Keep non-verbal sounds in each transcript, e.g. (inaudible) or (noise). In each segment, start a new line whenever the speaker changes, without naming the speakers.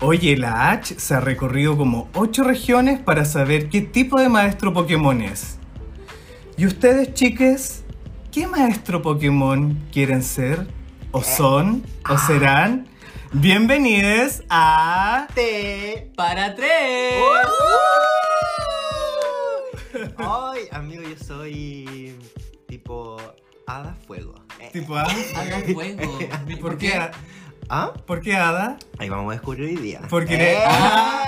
Oye, la H se ha recorrido como 8 regiones para saber qué tipo de maestro Pokémon es. ¿Y ustedes, chiques, qué maestro Pokémon quieren ser? ¿O son?
Ah.
¿O serán? Bienvenidos a...
T para tres. Ay, amigo, yo soy tipo hada fuego. Eh,
¿Tipo Hada?
Hada
(laughs) fuego.
¿Por qué? Hada?
¿Ah?
¿Por qué Hada?
Ahí vamos a descubrir hoy día.
Porque
Eh.
eres- Ah,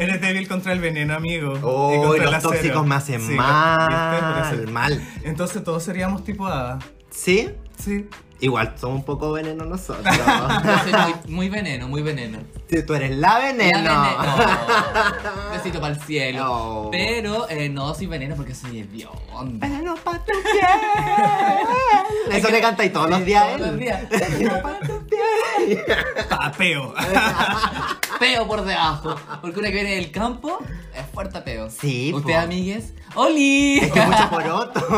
Eres débil contra el veneno, amigo. Y
Oh,
contra el
Eh. los
acero.
tóxicos me hacen
Sí, ¿viste? Por
mal.
eso.
Mal.
Entonces todos seríamos tipo Hada.
¿Sí?
Sí.
Igual somos un poco veneno (laughs) nosotros.
Yo soy muy, muy veneno, muy veneno.
Sí, Tú eres la veneno.
La
(laughs)
veneno. Besito para el cielo.
No.
Pero eh, no soy veneno porque soy hedionda.
Veneno pa' tu piel. Eso le cantáis todos los días a él.
Todos
(laughs)
los días.
Veneno pa' tu piel.
Papeo.
Peo por debajo. Porque una que viene del campo es fuerte peo.
Sí, po.
Ustedes, amigues. ¡Oli!
Es que mucho poroto. (laughs)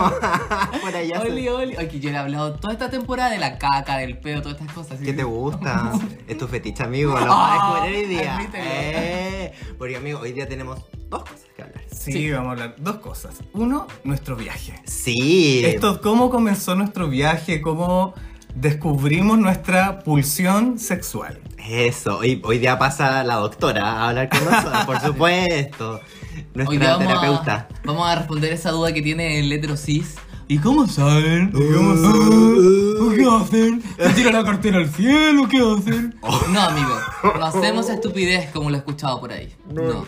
Por allá. se-
(laughs) Oli, oli. Oye, yo le he hablado toda esta temporada de la caca, del peo, todas estas cosas.
¿Qué te
gusta?
gusta? es tu fetiche, amigo. Lo vas a
Ah,
descubrir hoy día.
admítelo.
Eh, porque, amigo, hoy día tenemos dos cosas que hablar.
(laughs) Sí,
Sí.
vamos a hablar dos cosas. Uno, nuestro viaje.
Sí.
Esto, cómo comenzó nuestro viaje, cómo descubrimos nuestra pulsión sexual.
Eso. Hoy, hoy día pasa la doctora a hablar con nosotros,
(laughs)
por supuesto.
Hoy
Nuestra
día vamos
terapeuta.
a, vamos a responder esa duda que tiene el hetero cis. ¿Y cómo saben?
¿Cómo
¿Qué hacen? ¿Te tiran la cartera al cielo? ¿Qué hacen?
(laughs) No, amigo. No hacemos estupidez como lo he escuchado por ahí. No.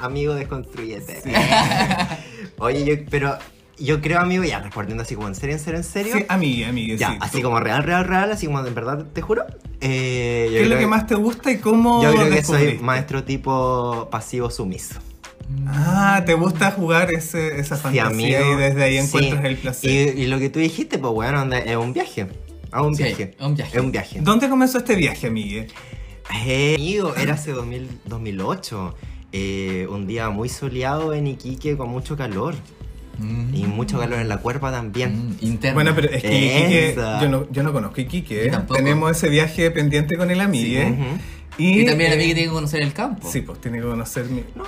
Amigo, desconstruyete. (laughs) Oye, yo, pero yo creo, amigo, ya respondiendo así como en serio, en serio, en serio.
Sí, amiga, amiga.
ya,
sí,
así
tú.
como real, real, real, así como en verdad, te juro. Eh, yo
¿Qué es lo
creo-
que más te gusta y cómo
Yo creo que soy
descubriste?
maestro tipo pasivo sumiso.
Ah, ¿te gusta jugar ese, esa
Sí,
fantasía
amigo.
y desde ahí
Sí.
encuentras el placer?
Y, y lo que tú dijiste, pues bueno, onda, es un viaje. A un
Sí,
viaje.
es un viaje.
Es un viaje.
¿Dónde comenzó este viaje, amigue?
Eh, amigo, era hace 2000 2008. eh, un día muy soleado en Iquique con mucho calor. Y mucho calor en la cuerpa también.
Mm, interno.
Mm. Bueno, pero es que Iquique,
Esa.
yo no, yo no conozco Iquique.
Yo
¿eh?
tampoco.
Tenemos ese viaje pendiente con el amigue. y,
y también a mí que
eh,
tiene que conocer el campo.
Sí, pues tiene que conocer mi...
(laughs)
(laughs)
No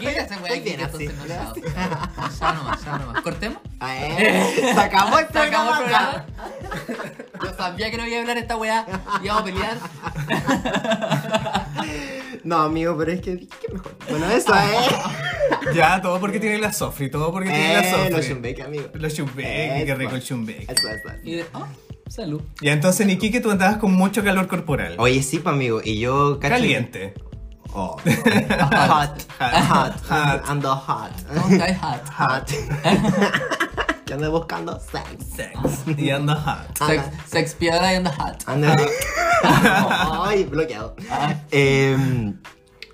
quiere esa
Estoy
weá
bien
que entonces no
así.
ya.
(laughs)
Ya nomás, ya nomás. ¿Cortemos?
Ah, (laughs) eh, Se acabó
(laughs)
el
Se acabó el
programa.
programa. (laughs) Yo sabía que no iba a hablar esta weá. Íbamos a pelear.
No, amigo, pero es que qué mejor. Bueno, eso,
Ah.
eh.
(laughs) Ya, todo porque tiene la Sofri, todo porque tiene la
eh
Sofri.
los chumbeques, amigo.
Los chumbeques, qué rico el chumbeque.
Eso, eso.
Y de, oh, salud.
Ya, entonces, en Iquique, tú andabas con mucho calor corporal.
Oye, sí, pa, amigo. Y yo, cacho-
Caliente.
Oh. Hot, hot, hot, ando hot.
No, está hot.
Hot. (laughs) que ando buscando sex.
Sex. Y anda hot.
Ah,
Sex, sex piedra y anda hot.
Ando.
Ah.
(laughs) Ay, bloqueado. Em,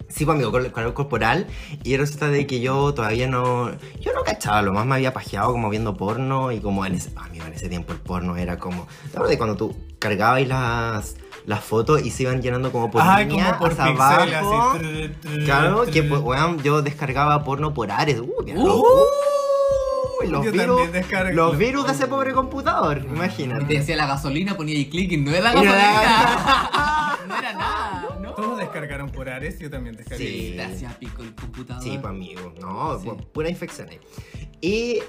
Sí, pues amigo, con calor corporal. Y resulta de que yo todavía no. Yo no cachaba, lo más me había pajeado como viendo porno. Y como en ese. Amigo, en ese tiempo el porno era como. ¿Te acuerdas de cuando tú cargabas las, las fotos y se iban llenando como por
Ay, como
línea
por
hacia
pixel,
abajo?
así. tru, tru,
Claro,
tru. Uh-huh.
que pues, weón, yo descargaba porno por Ares. Uh, qué
Uh,
loco. Uy, los
yo
virus.
también descargo.
Los virus de ese pobre computador, imagínate.
Y te decía la gasolina, ponía ahí click y no era
Y no era
gasolina. (laughs) No era nada, ¿no?
Todos descargaron por Ares, yo también descargué.
Sí.
Te hacía pico el computador.
Sí, pues amigo, no,
Sí.
pu- pura infección ahí. Y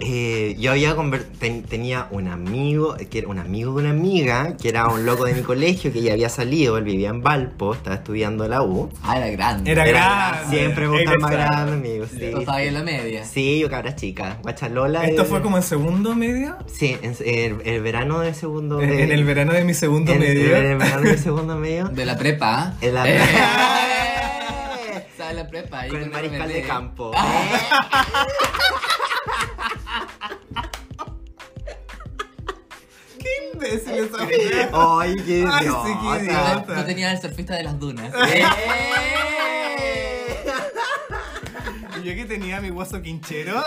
eh, yo había conver- ten- tenía un amigo, eh, que era un amigo de una amiga, que era un loco
(laughs)
de mi colegio, que ya había salido, él vivía en Valpo, estaba estudiando la U.
Ah, era grande.
Era grande.
Siempre me gustan más
Exacto.
grandes, amigo. Sí,
Yo estaba ahí en la media.
sí, yo cabra chica, guachalola.
Esto
eh,
fue como en segundo medio. Eh,
Sí, en, el, el verano del segundo
En,
de-
en el verano de mi segundo
en-
medio.
en el verano del segundo medio.
De la prepa.
(laughs)
En la- (laughs)
Eh. (laughs) Estaba en la prepa. ahí
Con el
una
mariscal de
bebé.
(laughs)
campo.
(laughs) ¡Qué imbécil esa mujer!
Ay, qué
Ay, sí,
idiota.
qué
Ah,
idiota.
Yo tenía el surfista de las dunas. Eh,
Y Yo que tenía mi guaso quinchero.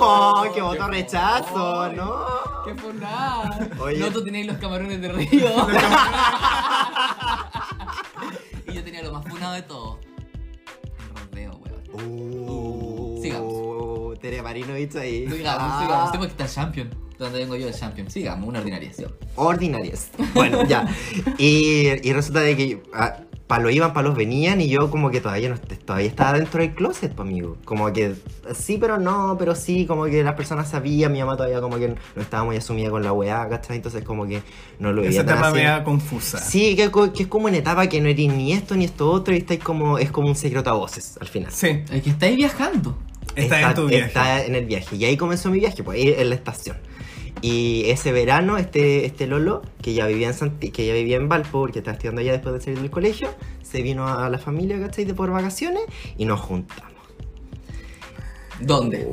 Oh, qué voto
Qué
rechazo,
ay.
¿no?
¡Qué por nada!
Oye.
No, tú tenías los camarones de río. (laughs) y yo tenía lo más funado de todo. El rodeo, weón.
Uh,
Sigamos.
Tere Marinovich ahí.
Sigamos,
Ah.
sigamos. Tenemos que estar champion. donde vengo yo, el champion. Sigamos, una ordinaria, sí.
ordinarias. Bueno, ya. Y, y resulta de que ah, palos iban, palos venían y yo como que todavía no todavía estaba dentro del closet, pues, amigo. Como que sí, pero no, pero sí, como que las personas sabían, mi mamá todavía como que no estaba muy asumida con la weá, ¿cachai? Entonces como que no lo
(laughs)
veía
Esa
tan
etapa
así.
me da confusa.
Sí, que, co- que es como una etapa que no eres ni esto ni esto otro y estáis como, es como un secreto a voces al final.
Sí,
El que estáis viajando.
está, en tu viaje.
Está en el viaje. Y ahí comenzó mi viaje, pues, ahí en la estación. Y ese verano, este, este Lolo, que ya vivía en Santi- que ya vivía en Valpo, porque estaba estudiando allá después de salir del colegio, se vino a la familia, ¿cachai? De por vacaciones y nos juntamos. Uh,
¿Dónde?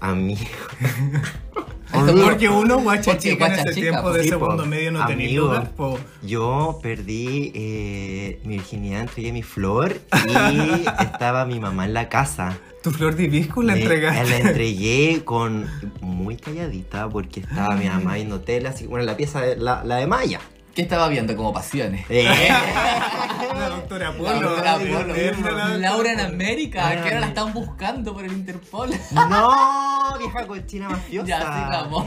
Amigo.
Esto
Amigo.
Porque uno guacha
Porque
chica en
guacha
ese
chica,
tiempo
pues,
de
sí, po.
segundo medio no tenía
Amigo.
lugar, pues. po.
Yo perdí eh, mi virginidad, entregué mi flor
(laughs)
y estaba mi mamá en la casa.
Tu flor de hibiscus Pues la
Me-
entregaste.
La entregué con muy calladita porque estaba mi mamá viendo tele, así bueno, la pieza, de- la, la de Maya.
¿Qué estaba viendo como pasiones?
(laughs)
Eh,
La doctora Polo.
La doctora
ay,
Polo.
la doctora
Laura en
Polo.
Ah.
América, que ahora la están buscando por el Interpol. (laughs)
no, vieja cochina mafiosa.
Ya, sigamos.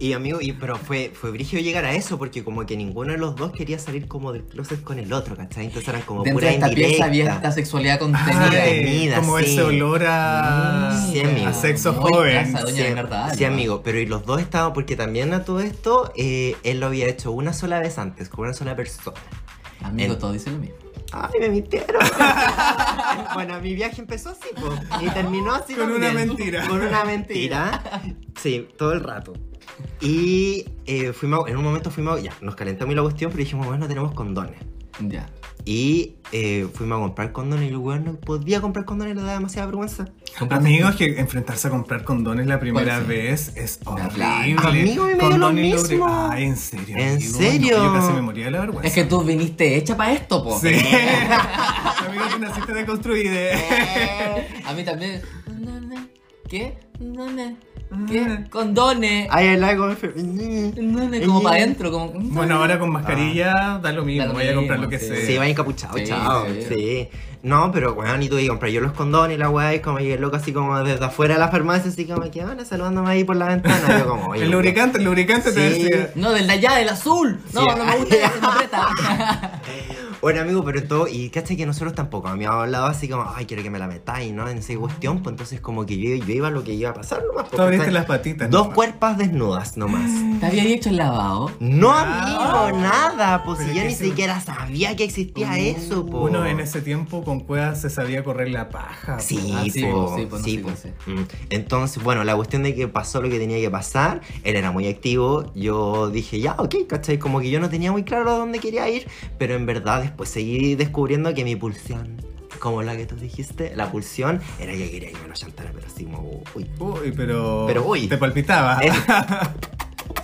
Y amigo, y, pero fue, fue brígido llegar a eso porque como que ninguno de los dos quería salir como del closet con el otro, ¿cachai? Entonces eran como
Dentro
pura
de esta pieza había esta
indirecta.
sexualidad
Ay,
contenida.
Bienvenida,
como
sí.
ese olor a,
Mm, sí,
a
amigo.
sexo
Muy
joven.
casa, doña
Sí,
Bernarda
sí,
Alba.
amigo, pero y los dos estaban, porque también a todo esto, eh, él lo había hecho una sola vez antes, con una sola persona.
Amigo,
En-
todo dice lo mismo.
Ay,
(laughs)
me mintieron. bueno, mi viaje empezó así, po, y terminó así.
Con una
también.
mentira.
Con una mentira. Sí, todo el rato. Y eh, fuimos, en un momento fuimos, ya, nos calentamos y la cuestión, pero dijimos, bueno, tenemos condones.
Ya.
Y eh, fuimos a comprar condones y el weón no podía comprar condones, le daba demasiada vergüenza.
Amigos, que enfrentarse a comprar condones la primera
Bueno, sí.
vez es
Claro.
horrible.
Amigo, a mí me dio lo
Condón y lubri-
mismo.
Ay, en serio.
¿En
amigo?
serio?
No, yo casi me moría de la vergüenza.
Es que tú viniste hecha para esto, po.
Sí. (laughs) amigo, que naciste de
(laughs) A mí también. ¿Qué? ¿Qué? Condones.
Ay, el algo
Como para adentro, como.
Bueno, ahora con mascarilla da lo mismo.
Da lo
Voy a comprar lo
mismo,
que
sí.
sea.
Se iba encapuchado,
Sí,
chao.
sí.
Sí. No, pero weón, y tuve que comprar yo los condones, la weá, y como llegué loco así como desde afuera de la farmacia, así como que hola, saludándome ahí por la ventana.
(laughs)
Yo como, oye,
el lubricante, el lubricante te
Sí.
decía.
No, del de allá, del azul. No,
Sí.
no me gusta esa
(laughs)
completa.
Bueno, amigo, pero todo, y caché que nosotros tampoco. A mí me ha hablado así como, ay, quiero que me la metáis, ¿no? En esa cuestión, pues entonces como que yo, yo iba a lo que iba a pasar nomás.
Tú
porque,
abriste
¿sabes?
las patitas.
Dos
nomás.
cuerpas desnudas nomás.
¿Te había hecho el lavado?
No,
Ah.
amigo, nada, pues
Pero
si
es
yo
que
ni
ese-
siquiera sabía que existía eso, pues. po.
Uno en ese tiempo con cuevas se sabía correr la paja.
Sí,
Ah, sí,
po,
po, sí, po, no
sí,
sé,
po.
no sé.
Mm. Entonces, bueno, la cuestión de que pasó lo que tenía que pasar, él era muy activo, yo dije, ya, ok, ¿cachai? Como que yo no tenía muy claro a dónde quería ir, pero en verdad después seguí descubriendo que mi pulsión, como la que tú dijiste, la pulsión era que quería que me lo chantara, pero así como,
(laughs)
uy.
Uy, pero.
Pero uy.
Te palpitaba.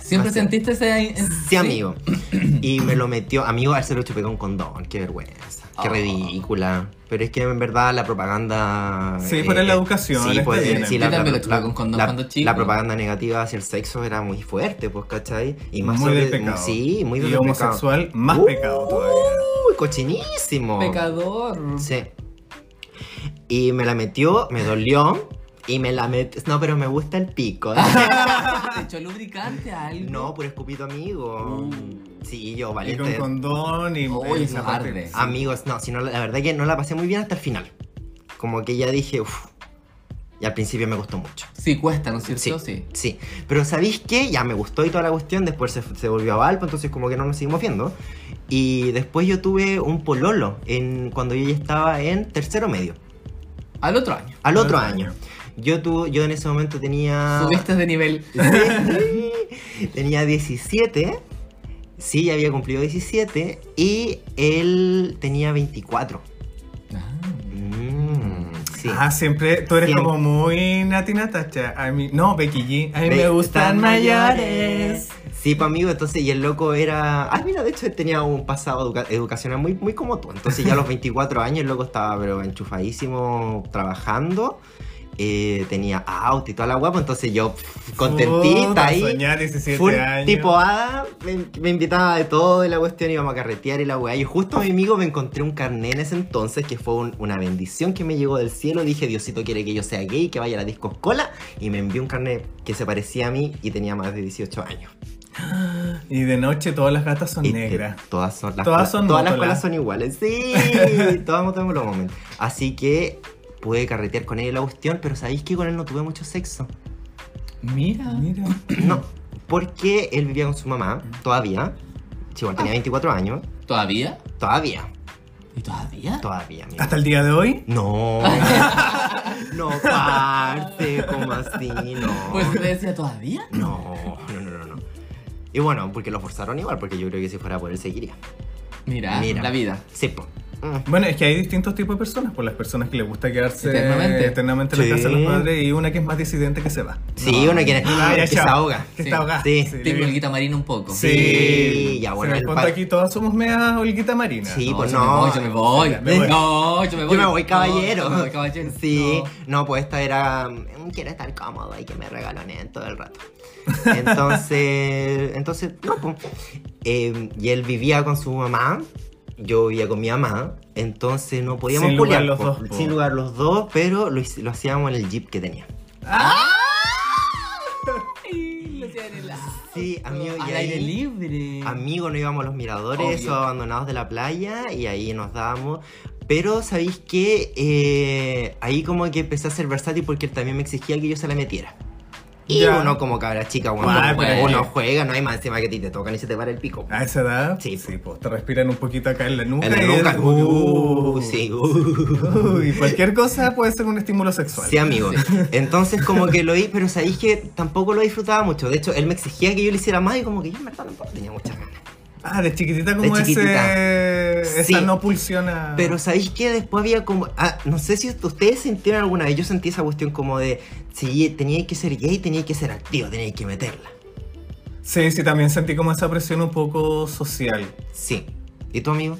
¿Siempre
No sé.
sentiste ese.?
Sí, amigo. Y me lo metió, amigo, a él se lo chupé con condón, qué vergüenza, qué
Oh.
ridícula. Pero es que en verdad la propaganda... eh,
Sí, por la educación,
Sí,
está
pues,
bien.
sí,
Yo también lo chupé con condón
la-
cuando chico.
la propaganda negativa hacia el sexo era muy fuerte, pues, ¿cachai? Y más
(laughs) muy
sobre-
de pecado.
Sí, muy
Y
de pecado.
homosexual, más
Uh,
pecado todavía.
Uy, cochinísimo.
Pecador. (laughs)
Sí. Y me la metió, me dolió. Y me la metió... No, pero me gusta el
(laughs)
pico.
¿Te echó lubricante a algo?
no, por escupito amigo.
Uh.
Sí, yo,
Y
valiente.
con condón y.
Uy,
y
eso
parte-
arde.
Amigos, no, sino la la verdad que no la pasé muy bien hasta el final. Como que ya dije, uff. Y al principio me gustó mucho.
Sí, cuesta, ¿no es
Sí,
cierto? Sí.
sí. Pero ¿sabéis qué? Ya me gustó y toda la cuestión. Después se, se volvió a Valpo, entonces como que no nos seguimos viendo. Y después yo tuve un pololo en, cuando yo ya estaba en tercero medio.
Al otro año.
Al otro
Al otro
año. Yo, tu, yo en ese momento tenía...
Subiste de nivel.
(laughs) tenía 17. Sí, ya había cumplido 17. Y él tenía 24. Mm, sí.
Ah, siempre, tú eres
Siempre.
como muy Nati Natacha. A mí, no, Becky G. A mí
Ve-
me gustan
están
mayores.
Sí, pues amigo, entonces, y el loco era. Ay, mira, de hecho tenía un pasado educa- educacional muy, muy como tú. Entonces, ya a los 24 años, el loco estaba, pero enchufadísimo, trabajando. eh, tenía auto y toda la guapa, entonces yo pff, contentita
Puta,
ahí.
soñar 17
full
años.
Tipo Ada, me, me invitaba de todo y la cuestión, íbamos a carretear y la weá. Y justo a mi amigo me encontré un carnet en ese entonces que fue un- una bendición que me llegó del cielo. Dije, Diosito quiere que yo sea gay, que vaya a la disco cola. Y me envió un carnet que se parecía a mí y tenía más de 18 años.
Y de noche todas las gatas son
Y-
negras.
y Todas son las
Todas
colas-
son
todas las
nótolas.
colas son iguales. Sí, (laughs) todas tenemos los momentos. Así que pude carretear con él y la cuestión, pero sabéis que con él no tuve mucho sexo.
Mira.
Mira.
No, porque él vivía con su mamá todavía. Sí, bueno,
Ah.
tenía 24 años.
¿Todavía?
Todavía,
¿Y todavía?
todavía, amigo.
Hasta el día de hoy. (laughs)
No. no, parte, como así, no.
Pues te decía todavía.
No, no, no, no, no. Y bueno, porque lo forzaron igual, porque yo creo que si fuera por él seguiría.
Mira,
Mira.
Ah, la vida.
Sí, po. Mm.
Bueno, es que hay distintos tipos de personas. Por las personas que les gusta quedarse
Eternamente.
eternamente en la
Sí.
casa de los padres y una que es más disidente que se va.
Sí, uno quiere
Ah, ya,
que se
chao.
ahoga.
Que
Sí.
está ahogada.
Sí.
Tengo el guitamarino un poco.
Sí.
Sí, ya, bueno,
Se me
el
ponte
pa-
aquí todos somos meas holguita marina.
Sí,
No,
pues
yo
no.
Me voy, yo me
Me voy.
voy. No, yo me voy.
Yo me voy, caballero.
No, yo me voy, caballero.
(laughs) Sí,
No.
no, pues esta era. mm, Quiero estar cómodo y que me regaloneen todo el rato. Entonces, (laughs) entonces, no, pues. eh, y él vivía con su mamá, yo vivía con mi mamá, entonces no podíamos
Sin lugar
culiar,
los
po.
dos, po.
Sin lugar los dos, pero lo, hic- lo hacíamos en el jeep que tenía.
Ah,
Ay, lo tienen la-
Sí, amigo, y
Al
ahí-
aire libre.
Amigos, nos íbamos a los miradores
Obvio.
o abandonados de la playa y ahí nos dábamos. Pero, ¿sabéis qué? Eh, ahí como que empecé a ser versátil porque él también me exigía que yo se la metiera. Y
Ya.
uno como cabra chica, bueno,
Guay, Ah,
pero-
uno juega, no hay más encima que a ti te tocan y se te para el pico.
A esa edad,
Sí.
pues, te respiran un poquito acá en la nuca.
En la
y
nuca,
es-
uh, sí, uh.
Uy, cualquier cosa puede ser un estímulo sexual.
Sí, amigos. Entonces como que lo vi, pero sabéis que tampoco lo disfrutaba mucho. De hecho, él me exigía que yo le hiciera más y como que yo en verdad tampoco tenía muchas ganas.
Ah, de chiquitita como
De
ese.
chiquitita.
Esa
Sí.
no pulsiona.
Pero ¿sabéis qué? Después había como... ah, no sé si ustedes sintieron alguna vez, yo sentí esa cuestión como de... Si tenía que ser gay, tenía que ser activo, tenía que meterla.
Sí, sí, también sentí como esa presión un poco social.
Sí. ¿Y tu amigo?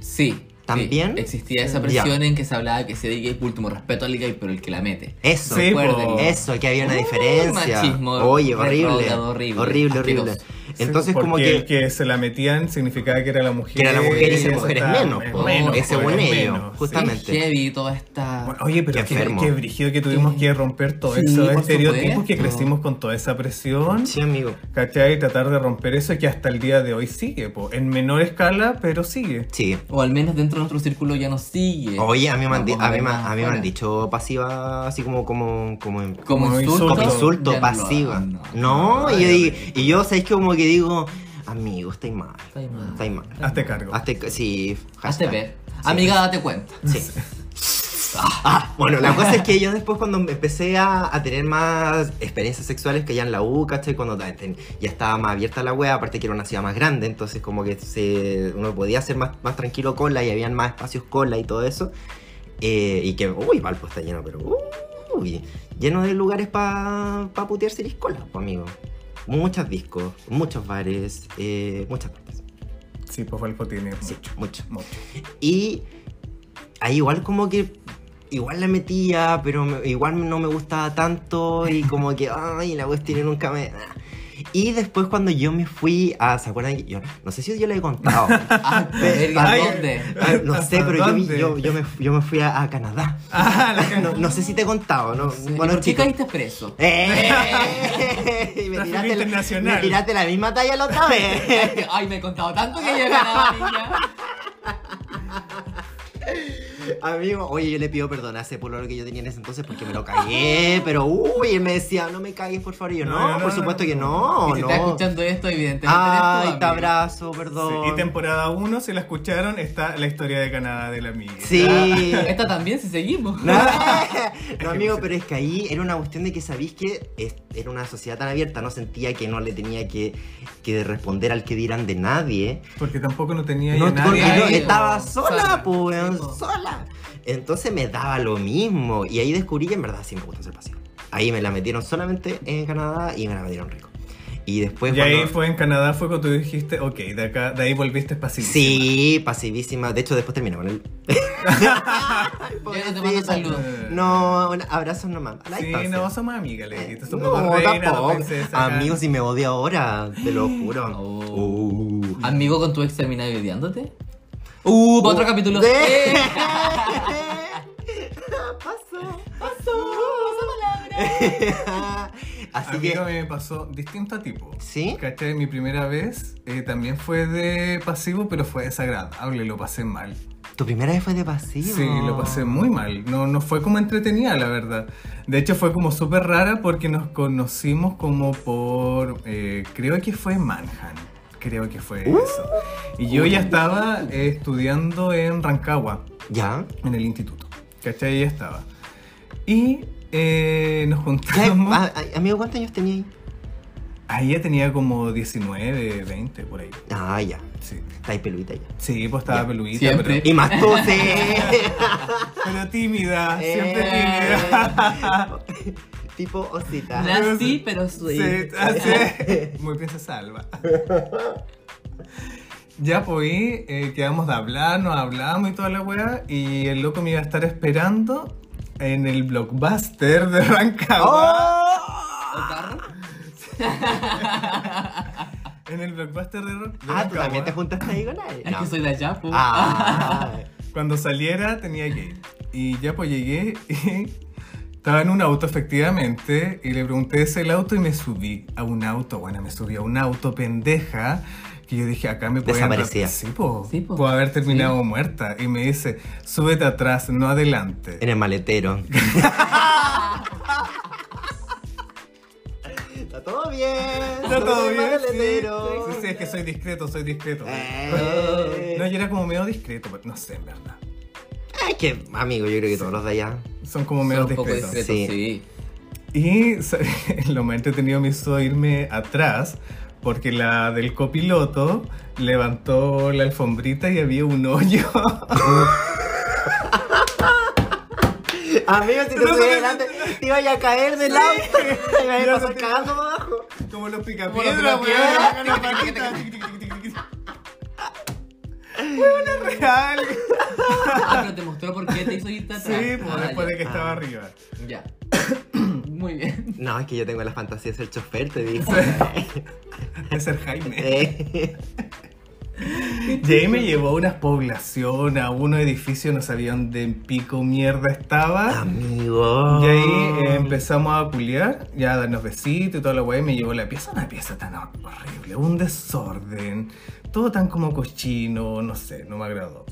Sí. sí.
¿También?
Existía esa presión en que se hablaba que se el gay, último respeto al gay, pero el que la mete.
Eso.
Sí,
Recuerden.
po.
Eso, que había una
Uh,
diferencia.
machismo
Oye, horrible.
retrógrado, horrible,
Horrible, horrible.
asqueroso.
Entonces
Sí,
como
porque
que...
el que se la metían significaba que era la mujer.
Que era la mujer y ser
esa
mujer es
está-
menos, po.
Es
po,
según
es
ellos,
menos,
justo.
sí.
Exactamente.
Es heavy toda esta.
Bueno, oye, pero
Qué
qué,
enfermo.
qué brígido que tuvimos
Sí.
que romper todos
Sí,
esos
por
estereotipos que
supuesto.
crecimos con toda esa presión.
Sí, amigo.
¿Cachai? Y tratar de romper eso que hasta el día de hoy sigue, po. en menor escala, pero sigue.
Sí.
O al menos dentro de nuestro círculo ya no sigue.
Oye, a mí me han, di-
Vamos
a mí
ver
me-
más
a mí me han
afuera.
dicho pasiva, así como... como, como en-
Como
Como insulto.
insulto.
Como insulto,
ya no lo
pasiva.
hagan,
No,
no,
y, yo
ya
digo- y yo, ¿sabéis que como que digo, amigo, estáis mal?
Estáis mal.
Estáis mal.
Hazte cargo.
Hazte ca- sí,
Hazte
hashtag.
ver.
Sí.
Amiga, date cuenta.
Sí.
(laughs)
Ah, bueno, la cosa es que yo después cuando empecé a, a tener más experiencias sexuales que ya en la U, ¿cachai? Cuando ta- ten- ya estaba más abierta la wea, aparte que era una ciudad más grande, entonces como que se, uno podía ser más, más tranquilo cola y habían más espacios cola y todo eso. Eh, y que, uy, Valpo está lleno, pero uy, lleno de lugares para pa putearse y colas, pues, amigo. Muchos discos, muchos bares, eh, muchas partes.
Sí, pues Valpo tiene
Sí,
mucho,
mucho.
mucho. (laughs)
Y ahí igual como que igual la metía, pero me- igual no me gustaba tanto
(laughs)
y como que ay, la cuestión y nunca me ah. y después cuando yo me fui a, ¿se acuerdan? que Yo, no sé si yo le he contado.
(laughs) Ah,
Pero-
verga,
Ay.
¿dónde?
Ah, no sé, pero yo, vi-
¿Dónde?
yo, yo me, yo me fui a, a Canadá.
Ah, la
No, no sé si te he contado, ¿no?
Bueno, ¿Por qué
chicos.
caíste preso? (laughs)
¡Eh! (laughs) Y me
Tráfico
tiraste, la-
internacional.
me tiraste la misma talla la otra
(laughs)
vez.
Ay, me he contado tanto que yo
(laughs)
ganaba, niña.
Amigo, oye, yo le pido perdón a ese pololo que yo tenía en ese entonces porque me lo cagué, pero uy, él me decía, no me cagues, por favor. Y yo,
No,
no,
no,
por
no,
supuesto
no.
que no,
y si
no.
estás escuchando esto, evidentemente. eres
Ay,
tú,
te
amigo.
abrazo,
Sí, y
perdón.
temporada 1, si la escucharon, está la historia de Canadá de la amiga.
Sí.
Esta también, si seguimos.
No, (laughs) no, amigo, pero es que ahí era una cuestión de que sabéis que es- era una sociedad tan abierta, no sentía que no le tenía que, que responder al que dirán de nadie.
Porque tampoco no tenía
No,
ya nadie.
porque no,
ahí,
estaba
po.
sola,
Sola,
pues,
sí, po.
sola. Entonces me daba lo mismo. Y ahí descubrí que en verdad sí me gusta ser pasivo. Ahí me la metieron solamente en Canadá y me la metieron rico. Y después
Y ahí
cuando-
fue en Canadá, fue cuando tú dijiste, ok, de acá, de ahí volviste pasivo.
Sí, pasivísima. De hecho, después terminé con él.
(laughs) Yo no te mando saludos.
No, un abrazo nomás. A la
Eh, Sí,
distancia.
no, somos amigas, le dijiste. Somos
No,
dos reinas, dos
tampoco.
princesas. acá.
Amigo, si me odia ahora, te lo juro.
Oh.
Uh.
Amigo con tu ex terminado odiándote.
Uh,
Otro capítulo.
De- (laughs)
Eh.
Pasó, pasó. Así
A mí
que.
no me pasó distinto a tipo.
¿Sí?
¿Cachai? Mi primera vez eh, también fue de pasivo, pero fue desagradable, lo pasé mal.
Tu primera vez fue de pasivo.
Sí, lo pasé muy mal. No, no fue como entretenida, la verdad. De hecho, fue como súper rara porque nos conocimos como por. eh, creo que fue Manhattan. Creo que fue
Uh.
eso. Y yo ya estaba eh, estudiando en Rancagua, (laughs)
¿Ya?
en el instituto. ¿Cachai? Ya estaba. Y eh, nos
¿Ya?
juntamos.
Ah, ah, amigo, ¿cuántos años tenía ahí?
Ahí ya tenía como 19, 20, por ahí.
Ah, ya.
Sí.
Está ahí peluita ya.
Sí, pues estaba peluita,
Siempre.
pero-
Y más tú,
(laughs)
sí.
Pero tímida, siempre
Eh,
tímida. (laughs)
tipo osita.
Nasty, pero
Sí,
sweet.
así es. Muy bien se salva. Ya pues y, eh, quedamos de hablar, nos hablamos y toda la weá. Y el loco me iba a estar esperando en el blockbuster de Rancagua.
¡Oh!
¿O carro?
En el blockbuster de, Ran- de
Ah, tú también
Rancagua.
te juntaste ahí con él.
Es que soy de allá, pues. po.
Ah. (laughs)
Cuando saliera tenía que ir. Y ya pues llegué y (laughs) estaba en un auto efectivamente y le pregunté ese el auto y me subí a un auto. Bueno, me subí a un auto pendeja que yo dije, acá me pueden... rap-
Desaparecida.
Sí, po.
Sí, po.
Puedo haber terminado muerta. Y me dice, súbete atrás, no adelante.
En el maletero.
(laughs)
Está todo bien.
Está todo
en
bien.
el
Sí,
maletero.
Sí, sí, es que soy discreto, soy discreto.
Eh.
No, yo era como medio discreto, pero no sé, en verdad.
Ay, que amigo, yo creo que todos los de allá.
Son como
Son
medio
un poco
discretos.
discretos,
Sí.
sí.
Y (laughs) sa- lo más entretenido me hizo irme atrás porque la del copiloto levantó la alfombrita y había un hoyo. (laughs)
Amigo, si te
No,
subí
no, no,
delante, te iba a caer del auto. Te iba a
Yo no
pasar
te-
cagando abajo.
Como los
Como los
picapiedras, weón.
picapiedra.
Con la patita. Tic, tic, tic, tic, tic. Weón, es real.
Ah, pero te mostró por qué te hizo irte atrás.
Sí, pues,
Ah,
después de
ya.
que estaba
Ah.
(laughs)
arriba.
Ya. (coughs) Muy bien.
No, es que yo tengo la fantasía de ser chofer, te digo.
De ser Jaime.
Eh.
Y ahí me llevó a unas poblaciones, a unos edificios, no sabía dónde pico mierda estaba.
Ah,
Amigo.
Y ahí eh, empezamos a culiar, ya a darnos besitos y toda la weá, y me llevó la pieza, una pieza tan horrible, un desorden, todo tan como cochino, no sé, no me agradó.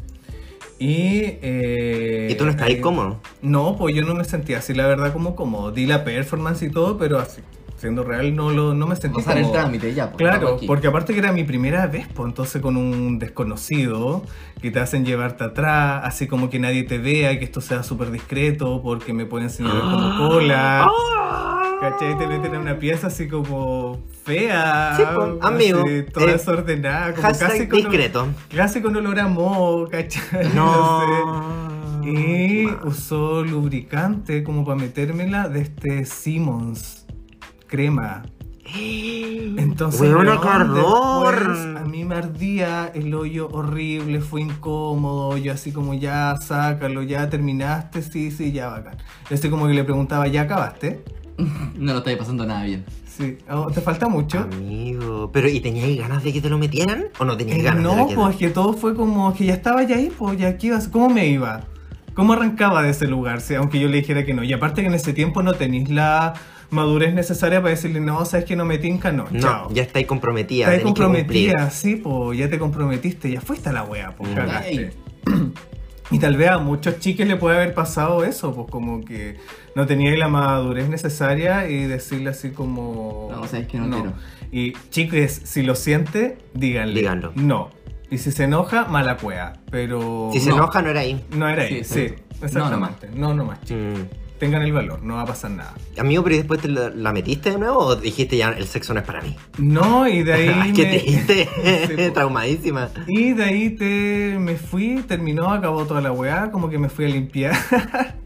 Y... eh,
¿Y tú no estás ahí cómodo?
No, pues yo no me sentía así, la verdad, como cómodo. Di la performance y todo, pero así, siendo real, no, lo, no me sentí
(laughs) Pasar el
cómodo.
trámite, ya. po. Estamos
Claro,
aquí.
porque aparte que era mi primera vez, pues entonces con un desconocido que te hacen llevarte atrás, así como que nadie te vea, que esto sea súper discreto, porque me pueden señalar como
(gasps)
cola.
Ah.
¿Cachai? Te meten en una pieza así como fea.
Sí, po, amigo,
así, toda
eh,
desordenada, como casi
Hashtag
con, (laughs)
discreto.
casi con olor a moho, ¿cachai? (laughs) sé.
No.
Y
Qué mal.
usó lubricante como para metérmela de este Simmons crema. Entonces,
Weón,
weón,
acordor.
después a mí me ardía el hoyo horrible, fue incómodo, yo así como ya, sácalo, ya terminaste, sí, sí, ya, bacán. Yo así como que le preguntaba, ¿ya acabaste?
No lo estáis pasando nada bien.
Sí, "Oh, ¿te falta mucho?
Amigo, pero ¿y tenías ganas de que te lo metieran? ¿O no tenías
Eh,
ganas de
no,
que
pues que todo fue como que ya estaba ya ahí, pues ya aquí ibas, ¿cómo me iba? ¿Cómo arrancaba de ese lugar? Si, aunque yo le dijera que no. Y aparte que en ese tiempo no tenéis la madurez necesaria para decirle, no, sabes que no me tinca, no.
No,
chao.
ya estáis comprometida.
Estás
tenéis que
comprometida, sí, pues ya te comprometiste, ya fuiste a la wea, pues
Mm.
cagaste. (clears throat) Y tal vez a muchos chiques le puede haber pasado eso, pues como que no tenía la madurez necesaria y decirle así como...
No, sabes que no quiero.
Y chiques, si lo siente, díganle.
Díganlo.
No. Y si se enoja, mala cueva. Pero...
cumplir. Si se
no,
enoja, no era ahí.
No era
Sí,
ahí, sí.
exacto. No,
Exactamente. No, no más, chicos.
Mm.
Tengan el valor, no va a pasar nada.
Amigo, pero ¿y después te la, la metiste de nuevo o dijiste ya el sexo no es para mí?
No, y
(laughs)
de ahí...
Ay, Ah, qué
me-
triste.
(laughs)
(laughs)
Sí, po.
Traumadísima.
Y de ahí te, me fui, terminó, acabó toda la weá, como que me fui a limpiar. (laughs)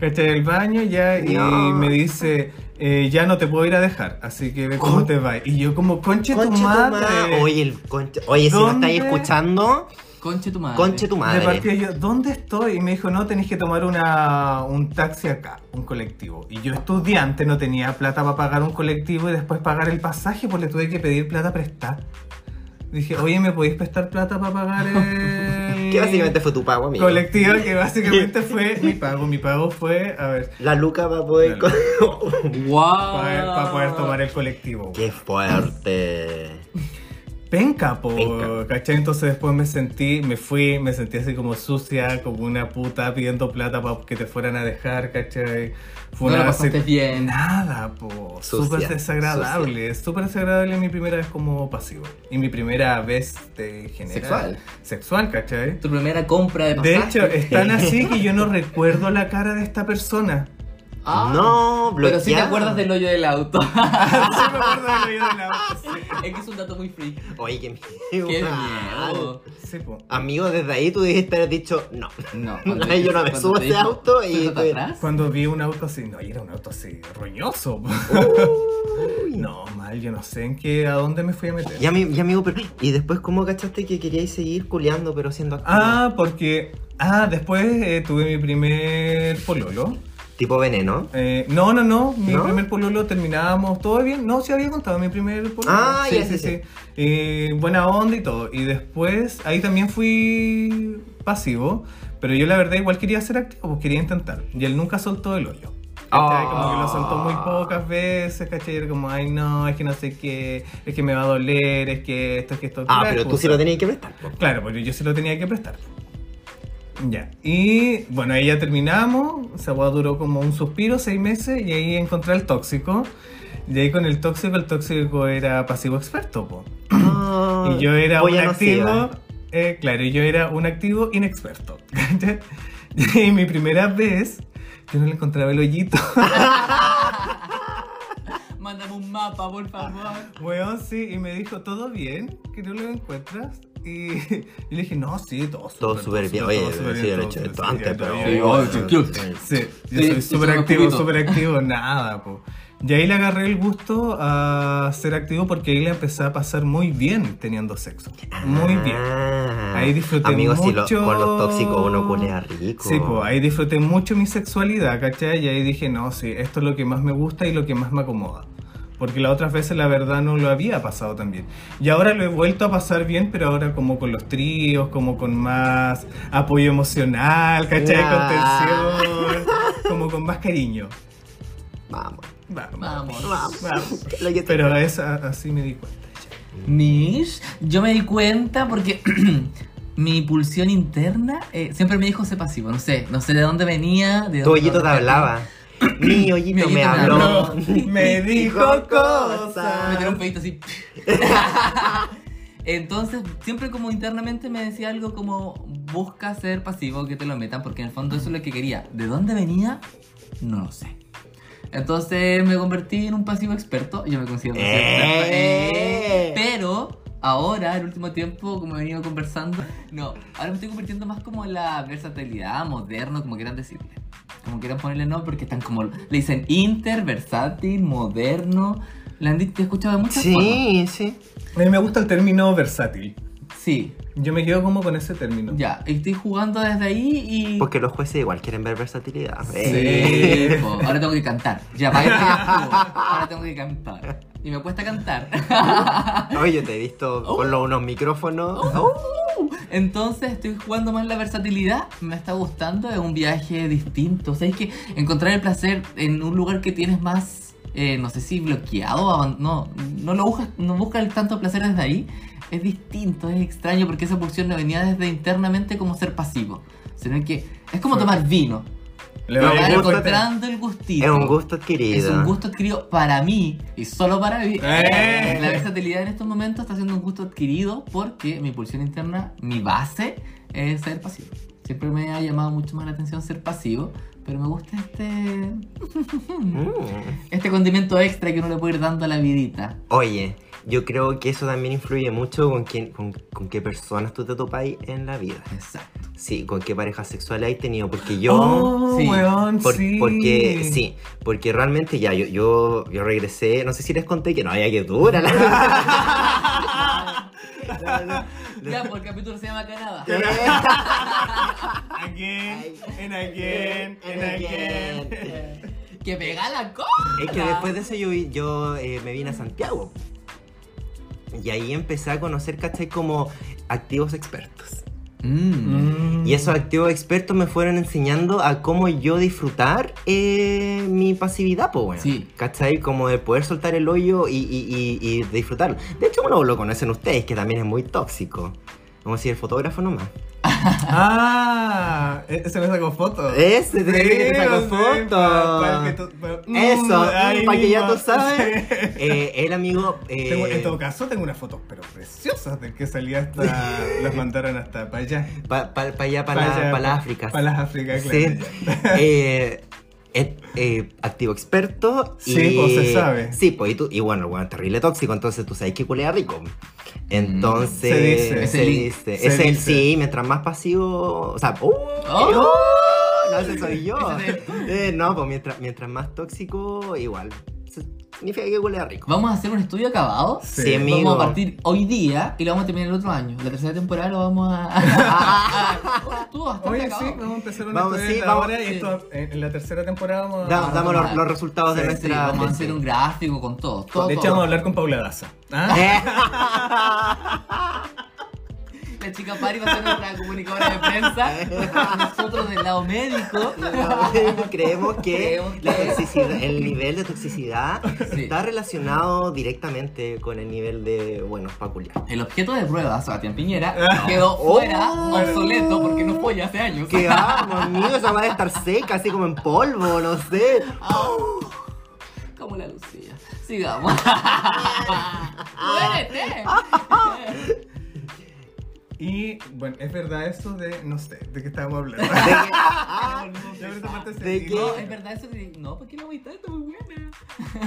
Caché el baño ya y
No.
me dice, eh, ya no te puedo ir a dejar, así que ve cómo
Con-
te va. Y yo como, conche, tu
Conche tu
madre.
madre. Oye, el conche- Oye si no
¿Dónde?
estáis escuchando,
Conche tu madre.
Conche tu
De partida
madre.
yo, ¿dónde estoy? Y me dijo, no, tenés que tomar una, un taxi acá, un colectivo. Y yo estudiante no tenía plata para pagar un colectivo y después pagar el pasaje, pues le tuve que pedir plata prestada. Dije, oye, ¿me podéis prestar plata para pagar el...
Que básicamente fue tu pago, amigo.
Colectivo, que básicamente
(laughs)
fue mi pago. Mi pago fue, a ver,
La luca va a poder.
La
Wow.
para, poder tomar el colectivo.
(laughs) Qué fuerte.
Penca, po,
Penca.
¿cachai? Entonces después me sentí, me fui, me sentí así como sucia, como una puta pidiendo plata para que te fueran a dejar, ¿cachai? Fue
No
una
lo pasaste
se-
bien.
Nada, po.
Sucia,
Súper desagradable. Súper desagradable mi primera vez como pasivo. Y mi primera vez de general.
Sexual.
Sexual, ¿cachai?
Tu primera compra de
De
pasaje.
hecho, es
(laughs)
tan así que yo no recuerdo la cara de esta persona.
Ah,
No,
Pero si te
bloqueado.
acuerdas del hoyo del auto. (laughs)
Sí me acuerdo del hoyo del auto, sí.
es que es un dato muy freak.
Oye, qué miedo.
Qué miedo.
Sí, po.
Amigo, desde ahí tú dijiste haber dicho no.
No,
No, yo no me
cuando
subo a
te
ese
dijo,
auto y-
"Siéntate atrás.
Cuando vi un auto así, no, y era un auto así roñoso. po. No, mal, yo no sé en qué, a dónde me fui a meter.
Ya, mi- ya, amigo, pero. ¿Y después cómo cachaste que queríais seguir culeando, pero siendo activo?
Ah, porque. Ah, después eh, tuve mi primer pololo.
Tipo veneno.
Eh, no, no, no. Mi
¿No?
primer pololo terminábamos todo bien. No, se había contado mi primer pololo.
Ah, ya, sí, sí.
Eh, buena onda y todo. Y después, ahí también fui pasivo. Pero yo la verdad igual quería ser activo, pues quería intentar. Y él nunca soltó el hoyo. ¿Cachai?
Ah.
Como que lo soltó muy pocas veces, ¿cachai? Era como, ay no, es que no sé qué, es que me va a doler, es que esto, es que esto.
Ah,
Pura
pero tú sí
excusa.
lo tenías que prestar. po.
Claro, porque yo se lo tenía que prestar. Ya. Y bueno, ahí ya terminamos. Esa hueá duró como un suspiro, seis meses, y ahí encontré al tóxico. Y ahí con el tóxico, el tóxico era pasivo experto, po.
Ah,
Y yo era un
polla nociva.
activo. eh, claro, y yo era un activo inexperto. (laughs) ¿cachai? y mi primera vez, yo no le encontraba el hoyito. (laughs)
Mándame un mapa, por favor.
Weón, sí, y me dijo, ¿todo bien? ¿Que no lo encuentras? Y, (laughs) y le dije, no, sí, todo súper
Todo súper bien. Oye,
todo súper
sí,
bien,
lo he
todo
hecho
súper
esto
bien,
antes,
todo
pero.
bien".
Sí, oye,
Sí,
sí,
yo
Sí,
soy
sí,
súper
somos
activo,
poquitos.
súper activo, nada, po. Y ahí le agarré el gusto a ser activo porque ahí le empecé a pasar muy bien teniendo sexo. Muy bien.
Ah,
Ahí disfruté
Amigos, si lo-
mucho.
con los tóxicos uno culea rico.
Sí, pues ahí disfruté mucho mi sexualidad, ¿cachai? Y ahí dije, no, sí, esto es lo que más me gusta y lo que más me acomoda. Porque las otras veces la verdad no lo había pasado tan bien. Y ahora lo he vuelto a pasar bien, pero ahora como con los tríos, como con más apoyo emocional, ¿cachai?
Ah.
Con tensión, como con más cariño.
Vamos.
Vamos.
Vamos.
Vamos.
Vamos.
Lo que te-
Pero es, a- así me di cuenta.
Mish, yo me di cuenta porque (clears throat) mi pulsión interna eh, siempre me dijo ese pasivo. No sé, no sé de dónde venía. De
Tu
dónde-
hoyito te hablaba. Mi hoyito
hoyito
me
me
habló.
habló.
(laughs)
me dijo
Me
cosas.
tiró un pedito así. Entonces, siempre como internamente me decía algo como busca ser pasivo, que te lo metan, porque en el fondo eso es lo que quería. ¿De dónde venía? No lo sé. Entonces me convertí en un pasivo experto, yo me considero pasivo experto.
¡Eh!
eh, Pero ahora, el último tiempo, como he venido conversando, no, ahora me estoy convirtiendo más como en la versatilidad, moderno, como quieran decirle. Como quieran ponerle no, porque están como, le dicen inter, versátil, moderno. La han dicho- he escuchado de muchas formas.
Sí, sí.
A mí me gusta el término versátil.
Sí,
Yo me quedo como con ese término.
ya, estoy jugando desde ahí y...
Porque los jueces igual quieren ver versatilidad.
Sí,
Sí.
po. ahora tengo que cantar. Ya, para esto ya estuvo. Ahora tengo que cantar. Y me cuesta cantar.
Oye, yo te he visto con
Oh.
los- unos micrófonos. Oh,
Entonces estoy jugando más la versatilidad. Me está gustando. Es un viaje distinto. O sea, es que encontrar el placer en un lugar que tienes más, eh, no sé si bloqueado. aban- No, no lo buscas, no buscas el tanto placer desde ahí. Es distinto, es extraño porque esa pulsión no venía desde internamente como ser pasivo. Sino que es como tomar vino.
Le
No,
doy
Vas
el gusto
encontrando el gustito.
Es un gusto
Es
adquirido.
un gusto adquirido para mí y solo para mí.
¡Eh!
La versatilidad en estos momentos está siendo un gusto adquirido porque mi pulsión interna, mi base, es ser pasivo. Siempre me ha llamado mucho más la atención ser pasivo, pero me gusta este
Mm.
este condimento extra que uno le puede ir dando a la vidita.
Oye, yo creo que eso también influye mucho con quién, con, con qué personas tú te topáis en la vida.
Exacto.
Sí, con qué parejas sexuales has tenido, porque yo...
Oh,
sí,
weón,
Por-
sí.
Porque,
(laughs)
sí, porque realmente ya, yo, yo, yo regresé, no sé si les conté que no había que dura la... (laughs)
(laughs)
No, no, no.
Ya, porque el capítulo se llama Canadá.
Again, and again, and again.
¡Que pega la cosa!
Es que después de eso yo, vi- yo eh, me vine a Santiago. Y ahí empecé a conocer, ¿cachai? Como activos expertos.
Mm.
Y esos activos expertos me fueron enseñando a cómo yo disfrutar eh, mi pasividad, pues bueno.
Sí.
¿Cachai? Como de poder soltar el hoyo y, y- y- y disfrutarlo. De hecho, uno lo conocen ustedes, que también es muy tóxico. Como si el fotógrafo nomás.
Ah, e- ese me sacó foto.
Ese te
Sí,
que te sacó
sí,
foto.
pa- pa- que tú- pa- mm,
Eso,
ahí
para que ya
mismo.
tú sabes.
Sí.
Eh, el amigo. eh,
Tengo- en todo caso, tengo unas fotos, pero preciosas, del que salía (laughs) hasta. las mandaron hasta para allá.
Para allá, para
Pa' allá,
las Áfricas.
Para las Áfricas, claro.
Sí. (laughs) Eh, et- eh, activo experto.
Sí, pues, se sabe.
Sí, pues, y, tú, y bueno, bueno, terrible tóxico, entonces tú sabes que culea rico. Entonces,
Se dice.
se
Ese link.
dice.
Se
Es el
dice.
sí, mientras más pasivo. O sea, ¡uh!
¡Oh!
No, ese soy yo.
Ese eres
(laughs) Eh, no, pues mientras, mientras más tóxico, igual. Se- Significa que culea rico.
Vamos a hacer un estudio acabado.
Sí.
Sí, amigo.
Vamos a partir hoy día y lo vamos a terminar el otro año. La tercera temporada lo vamos a. (laughs) Ah, a- a- Tú ah. bastante
Oye, sí,
acabado.
vamos a empezar una
Vamos,
vamos, Eh,
sí, vamos,
ahora y
sí.
esto, en, en la tercera temporada vamos a.
Da- damos los,
normal.
los resultados de
Sí,
Sí,
nuestra.
vamos a hacer un gráfico con todo. todo,
de hecho,
todo.
vamos a hablar con Paula Daza. ¿Ah?
(laughs) Eh.
La chica Pari va a ser nuestra comunicadora de prensa. Nosotros del lado médico.
No, (laughs) creemos que
Creemos que-
la toxicidad- el nivel de toxicidad
Sí.
está relacionado directamente con el nivel de, bueno, peculiar.
El objeto de prueba, Sebastián Piñera, quedó
Oh.
fuera, obsoleto, porque no fue ya hace años.
Que vamos, amigos, esa va a estar seca, así como en polvo, no sé.
Como la Lucía. Sigamos. (laughs) ¡Muérete!
Y bueno, es verdad eso de. no sé, de qué estábamos hablando. (laughs) Yo creo que esa parte se
¿De
editó.
No,
qué?
es verdad eso que... No, ¿por qué la mitad está muy buena?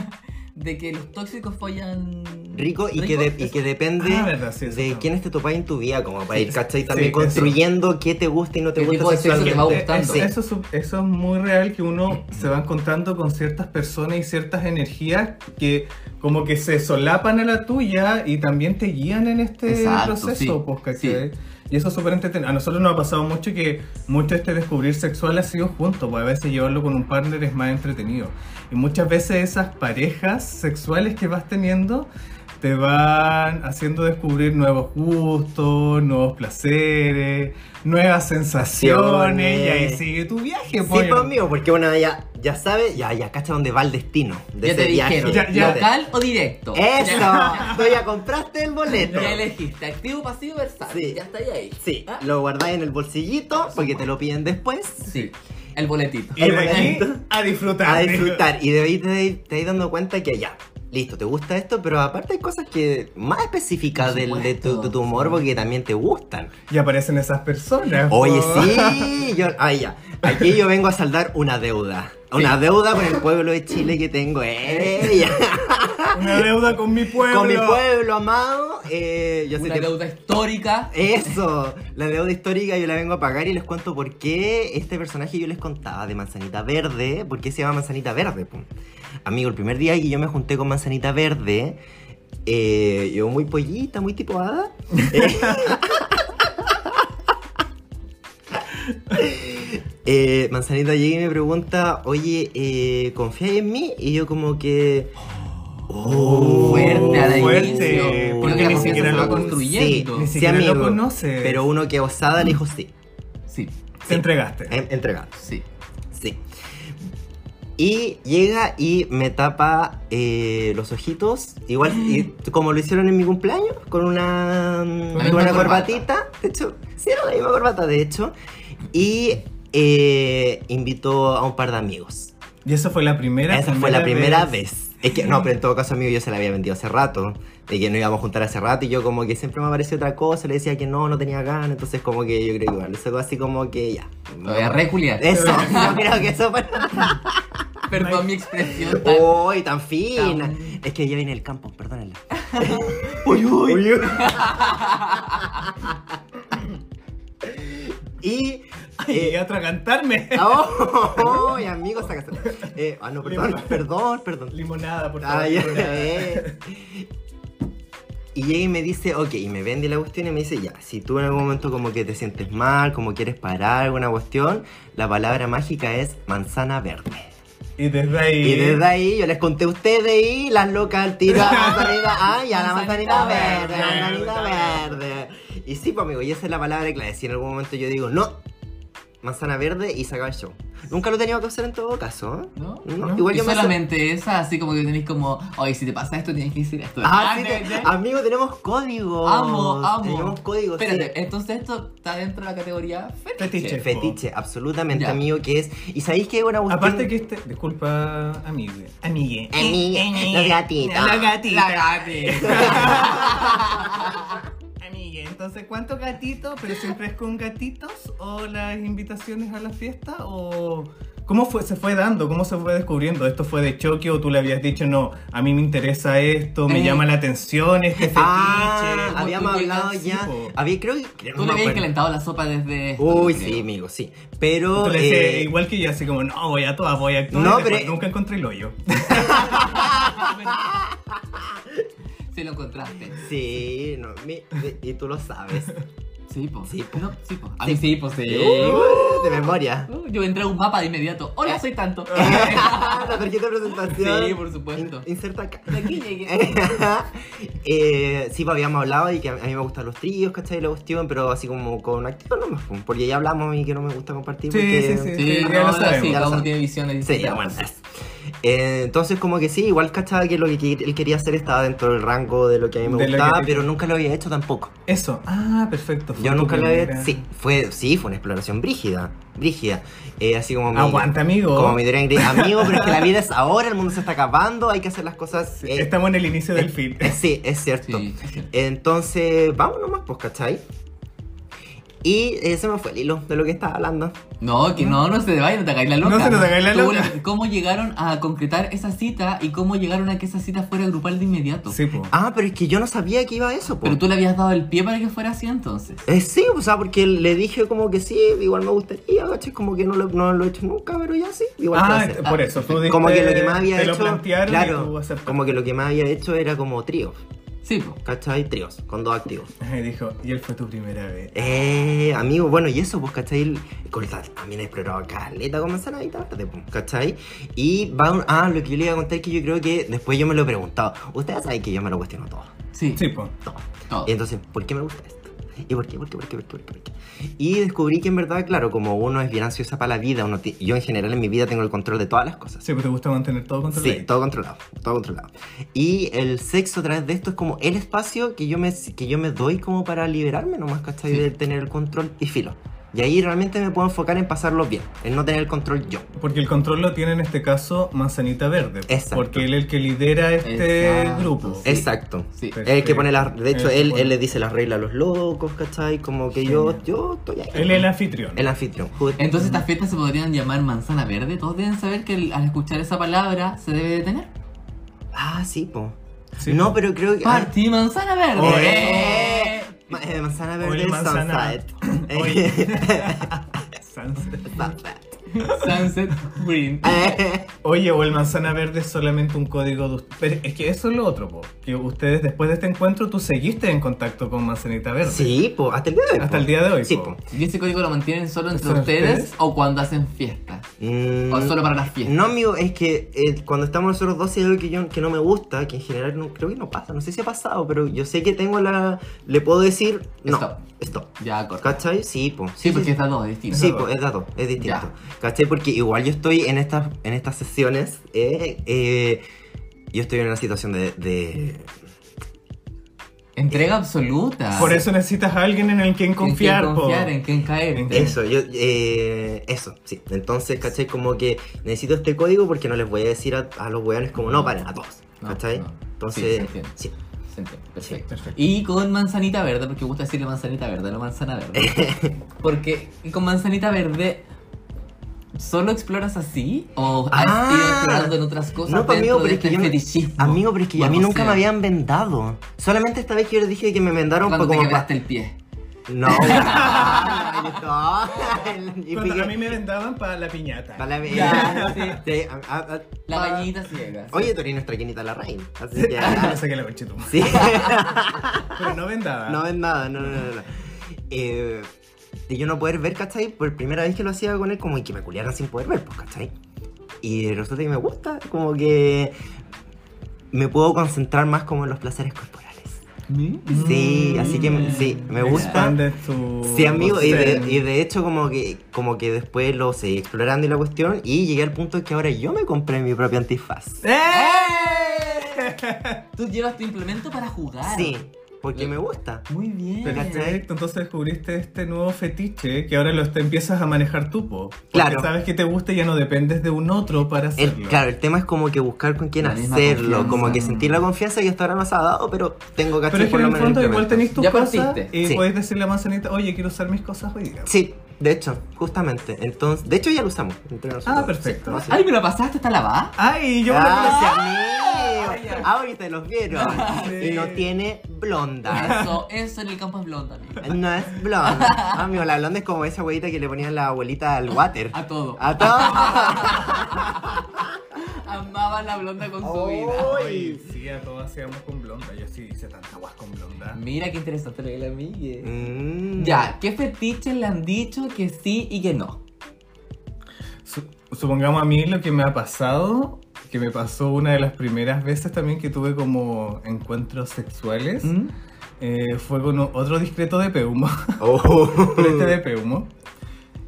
(laughs) De que los tóxicos follan...
Rico y que, de- y que depende
Ah, verdad, sí, eso
de
está.
quiénes te topas en tu vida, como para ir, ¿cachai? También
sí,
construyendo qué te gusta y no te
¿Qué
gusta
tipo de sexo te va
sexualmente.
gustando?
Sí.
Eso, eso, eso es muy real que uno se va encontrando con ciertas personas y ciertas energías que como que se solapan a la tuya y también te guían en este
Exacto,
proceso,
sí,
pues, ¿cachai? Y eso es súper entretenido. A nosotros nos ha pasado mucho que mucho este descubrir sexual ha sido juntos, pues a veces llevarlo con un partner es más entretenido. Y muchas veces esas parejas sexuales que vas teniendo te van haciendo descubrir nuevos gustos, nuevos placeres, nuevas sensaciones, y ahí sigue tu viaje,
Sí,
po, yo-
pues amigo, porque una ya, ya sabe, ya, ya cacha dónde va el destino de
Ya
ese
te
viaje.
dijeron,
Ya- ya-
local o directo.
¡Eso! (laughs)
Ya,
Tú ya compraste el boleto.
ya elegiste, activo, pasivo, versátil.
Sí.
Ya está ahí.
Sí,
¿Ah?
lo guardáis en el bolsillito porque te lo piden después.
Sí, el boletito.
Y de aquí
Exacto.
a disfrutar.
A disfrutar. Y de ahí te ir- te ir dando cuenta que ya, listo, te gusta esto, pero aparte hay cosas que más específicas
Por
del, de tu,
supuesto.
de tu morbo que también te gustan.
Y aparecen esas personas. pues.
Oye,
po.
sí, yo, ay, ya. Aquí yo vengo a saldar una deuda. Una deuda con el pueblo de Chile que tengo. ¡Eh!
Una deuda con mi pueblo.
Con mi pueblo amado. Eh, yo sé
Una
que-
deuda histórica.
Eso, la deuda histórica yo la vengo a pagar y les cuento por qué este personaje yo les contaba de Manzanita Verde, por qué se llama Manzanita Verde. pum. Amigo, el primer día que yo me junté con Manzanita Verde, eh, yo muy pollita, muy tipo hada. Eh, Manzanita llega y me pregunta, oye, eh, ¿confías en mí? Y yo como que... Oh,
Fuerte al
fuerte,
inicio. Creo
porque
que la
ni
confianza
siquiera
se
lo
va
con-
construyendo.
Ni
Sí,
siquiera lo
amigo,
conoces.
Pero uno que osada le dijo sí.
Sí,
Te entregaste.
en- entregado.
sí.
Sí. Y llega y me tapa eh, los ojitos, igual y como lo hicieron en mi cumpleaños, con una, con
misma
una
corbata.
corbatita. De hecho, sí, era la misma corbata, de hecho. Y eh, invitó a un par de amigos.
Y eso fue la primera.
Esa fue la primera vez. Es que, no, pero en todo caso, amigo, yo se la había vendido hace rato. De que no íbamos a juntar hace rato. Y yo, como que siempre me aparecía otra cosa. Le decía que no, no tenía ganas. Entonces, como que yo creo que igual. Eso así como que ya.
Todavía reculiar.
Eso, (laughs) yo creo que eso fue.
Perdón mi
Oh.
expresión tan
¡Uy, tan fina!
Tan-
Es que ella viene del campo, perdónenla. (laughs) ¡Uy, uy! Y.
Ay, llegué a atragantarme.
Ah. ¡Oh! (laughs) ¡Ay, amigo, sácase! Eh, ah, no, perdón,
Limón.
perdón, perdón. Ah,
Limonada, por favor.
Ay, eh. Y llega y me dice, ok, y me vende la cuestión y me dice, ya, si tú en algún momento como que te sientes mal, como quieres parar alguna cuestión, la palabra mágica es manzana verde.
Y desde ahí.
Y desde ahí yo les conté a ustedes y las locas al tiro a la manzanita, ay, a la manzanita
Manzanita
verde,
verde,
manzanita
manzanita
verde. Y sí, pues amigo, y esa es la palabra clave. Si en algún momento yo digo, no, manzana verde y se acaba el show. Nunca lo he tenido que hacer en todo caso. ¿eh?
¿No?
No,
No.
Igual
Y
yo me
solamente esa, así como que tenéis como, oye, si te pasa esto, tienes que decir esto.
Ah, sí,
no,
te-
no.
amigo, tenemos códigos.
Amo, amo.
Tenemos códigos. sí.
Espérate, entonces esto está dentro de la categoría fetiche.
Fetiche.
Fetiche, absolutamente,
Ya.
amigo, que es. ¿Y sabéis qué, bueno, Agustín?
Aparte que este. Disculpa, amigue. Amigue. Eh,
Amigue, los gatitos.
Los gatitos.
La gata.
Amigue, entonces, ¿cuántos gatitos? ¿Pero siempre es con gatitos? ¿O las invitaciones a la fiesta? ¿O cómo fue, se fue dando? ¿Cómo se fue descubriendo? ¿Esto fue de choque o tú le habías dicho, no, a mí me interesa esto, me
Eh.
llama la atención este fetiche?
Ah,
¿Cómo
habíamos
tú
hablado
llegas?
ya.
Sí, po.
Había, creo que. creo-
Tú
no
le
me
habías
acuerdo.
calentado la sopa desde. esto,
Uy,
creo.
sí, amigo, sí. Pero.
Entonces, eh,
eh,
igual que yo, así como, no, voy a todas, voy a actuar.
No,
y después
pero-
Nunca encontré el hoyo. (laughs)
Sí, lo encontraste.
Sí, no, mi- y tú
(laughs)
lo sabes.
Sí, po.
Sí, po.
No, sí, po. A mí sí, po, sí.
Uh, de memoria.
Uh, Yo entré a un mapa de inmediato. Hola, soy tanto.
Ah, La tarjeta de presentación.
Sí, por supuesto.
In- inserta acá. (laughs)
De aquí llegué.
eh, sí, pues habíamos hablado y que a a mí me gustan los tríos, ¿cachai? La cuestión, pero así como con activo no más, pues, porque ya hablamos y que no me gusta compartir.
Sí,
porque...
sí, sí.
Sí,
ya lo
no,
sabemos,
sí,
ya lo
cada uno
sabemos.
tiene visiones
Sí,
distintas.
ya, bueno, es. Eh, entonces como que sí, igual cachaba que lo que que él quería hacer estaba dentro del rango de lo que a mí me
De lo
gustaba,
que te-
pero nunca lo había hecho tampoco.
Eso. Ah, perfecto. fue
Yo
tu
nunca lo había...
primera.
Sí, fue, sí, fue una exploración brígida, brígida. Eh, así como... mi-
Aguanta, amigo.
Como mi dirán, amigo, pero es que la
(laughs)
vida es ahora, el mundo se está acabando, hay que hacer las cosas... eh,
Estamos en el inicio del film.
eh, sí, es cierto.
Sí, es cierto.
Entonces, vamos nomás, pues, ¿cachai? Y eh, se me fue el hilo de lo que estaba hablando.
No, que no, no se te vaya, no te hagáis la loca.
No se nos hagáis la
Tú,
loca.
¿Cómo llegaron a concretar esa cita y cómo llegaron a que esa cita fuera grupal de inmediato?
Sí, po.
Ah, pero es que yo no sabía que iba a eso, pues.
Pero tú le habías dado el pie para que fuera así entonces.
Eh, sí, o sea, porque le dije como que sí, igual me gustaría, ¿cachai? Como que no lo, no lo he hecho nunca, pero ya sí, igual
Ah,
puedo hacer.
por eso. Tú diste,
Como que lo que más había
te
hecho.
lo plantearon y tú
claro,
aceptaste. (laughs)
como que lo que más había hecho era como tríos,
Sí, po.
¿cachai? Tríos, con dos activos.
Y dijo, y él fue tu primera vez.
Eh, amigo, bueno, y eso, pues, ¿cachai? Con la- también he explorado caleta con manzana y tarde, pues, ¿cachai? Y va un- Ah, lo que yo le iba a contar es que yo creo que después yo me lo he preguntado. Ustedes saben que yo me lo cuestiono todo.
Sí,
Sí, po.
Todo.
todo.
Y entonces, ¿por qué me gusta esto? ¿Y por qué? ¿Por qué? ¿Por qué? ¿Por qué? ¿Por qué? ¿Por qué? Y descubrí que en verdad, claro, como uno es bien ansiosa para la vida, uno ti- yo en general en mi vida tengo el control de todas las cosas.
Sí, pero te gusta mantener todo controlado.
Sí, todo controlado, todo controlado. Y el sexo a través de esto es como el espacio que yo me, que yo me doy como para liberarme nomás, ¿cachai?
Sí.
De tener el control y filo. Y ahí realmente me puedo enfocar en pasarlo bien, en no tener el control yo.
Porque el control lo tiene en este caso Manzanita Verde.
Exacto.
Porque él es el que lidera este
Exacto,
grupo.
sí.
Exacto.
Sí.
Pero-
El que pone las... De hecho,
El que
él,
Este, pone-
él le dice las reglas a los locos, ¿cachai? Como que yo,
Genial.
yo estoy ahí.
Él es el anfitrión.
El anfitrión.
Entonces estas fiestas se podrían llamar manzana verde. Todos deben saber que el- al escuchar esa palabra se debe detener.
Ah, sí, po.
Sí,
no,
po.
pero creo que. ah,
Party manzana verde.
Oh,
eh, ma- eh, manzana verde
Oye, manzana.
sunset.
Oye. (laughs)
Eh,
Sunset.
(laughs)
(laughs)
sunset. (laughs)
Sunset Green.
Eh,
Oye, o el manzana verde es solamente un código de us- Pero es que eso es lo otro, po. Que ustedes después de este encuentro tú seguiste en contacto con Manzanita Verde.
Sí, po, hasta el día de hoy.
Hasta
po.
el día de hoy,
Sí,
po.
po.
¿Y ese código lo mantienen solo entre
¿Entre
ustedes,
ustedes?
o cuando hacen fiestas?
Mm,
¿O solo para las fiestas?
No, amigo, es que eh, cuando estamos nosotros dos y algo que, yo, que no me gusta, que en general no, creo que no pasa, no sé si ha pasado, pero yo sé que tengo la. Le puedo decir. No,
Stop.
stop.
Ya, corta.
¿Cachai? Sí, po.
Sí, porque está todo distinto.
Sí, pues es dato, es distinto. ¿Cachai? Porque igual yo estoy en estas, en estas sesiones, eh, eh, yo estoy en una situación de... de-
Entrega
Ah.
absoluta.
Por eso necesitas a alguien en el quien confiar,
En quién
po.
confiar, en quién caer.
En
eso, yo... eh, eso, sí. Entonces, ¿cachai? Como que necesito este código porque no les voy a decir a, a los weones como no, paren, a todos.
No,
¿Cachai?
no. Sí, se
Entonces,
entiende.
sí.
Se entiende, Perfecto.
Perfecto.
Y con manzanita verde, porque me gusta decirle manzanita verde, no manzana verde.
(laughs)
porque con manzanita verde, ¿solo exploras así? ¿O has
Ah.
ido explorando en otras cosas
No, pues,
dentro
amigo, pero
de
es que
este
yo no-
fetichismo?
Amigo, pero es que a mí
Bueno,
nunca
o sea,
me habían vendado. Solamente esta vez que yo les dije que me vendaron
Cuando
fue
te (laughs)
como... pa-
quebraste el pie.
No. listo. (laughs) y
Cuando a mí
piqué.
me vendaban para la piñata.
Para la
Ya, sí.
(laughs) Sí, a- a- a-
La
pa-
bañita ciega. sí.
Ah. Oye, tú eres nuestra quinita la reina.
(laughs)
Así que.
Ah, saqué la conchetumare.
sí.
Pero no vendada.
No ves nada, no, no, no. no. Eh, de yo no poder ver, ¿cachai? Por primera vez que lo hacía con él, como que me culiaron sin poder ver, pues, ¿cachai? Y resulta que me gusta, como que me puedo concentrar más como en los placeres corporales. Sí, así que sí, me gusta.
Mm. Expande tu
Sí, amigo, y de,
ser.
y de hecho como que, como que después lo seguí explorando y la cuestión y llegué al punto que ahora yo me compré mi propio antifaz.
¡Eh!
Tú llevas tu implemento para jugar.
Sí, porque me gusta.
Muy bien.
Perfecto, entonces descubriste este nuevo fetiche que ahora lo está- empiezas a manejar tú, po. Porque
Claro.
sabes que te gusta y ya no dependes de un otro para
El-
hacerlo.
claro, el tema es como que buscar con quién
La misma
hacerlo,
confianza.
como que sentir la confianza y hasta ahora no se ha dado, pero tengo que
Pero es que en el fondo igual tenés tus
Ya
cosas
partiste.
y
Sí.
puedes decirle a Manzanita, oye, quiero usar mis cosas hoy día.
Sí, de hecho, justamente. Entonces, de hecho ya lo usamos. entre nosotros.
Ah, perfecto.
Sí.
Ay, me la pasaste, está lavada.
Ay,
Ah,
yo me la
Gracias,
Ay, ya.
amigo. Ahorita los vieron.
Sí.
Y no tiene blonda.
Eso, eso en el campo es blonda, amigo.
No es blonda. Ah, Amigo, la blonda es como esa abuelita que le ponían la abuelita al water.
Ah,
A todo.
A todo.
Amaba la blonda con su
Oh.
vida.
Ay, sí, a todas seamos con blonda. Yo sí hice tanta guas con
Oh.
blonda.
Mira qué interesante lo que la
ah.
amiga.
Mm.
Ya, ¿qué fetiches le han dicho que sí y que no?
Su- supongamos a mí lo que me ha pasado, que me pasó una de las primeras veces también que tuve como encuentros sexuales,
¿Mm?
eh, fue con o- otro discreto de Peumo, (laughs)
Oh.
con este de Peumo.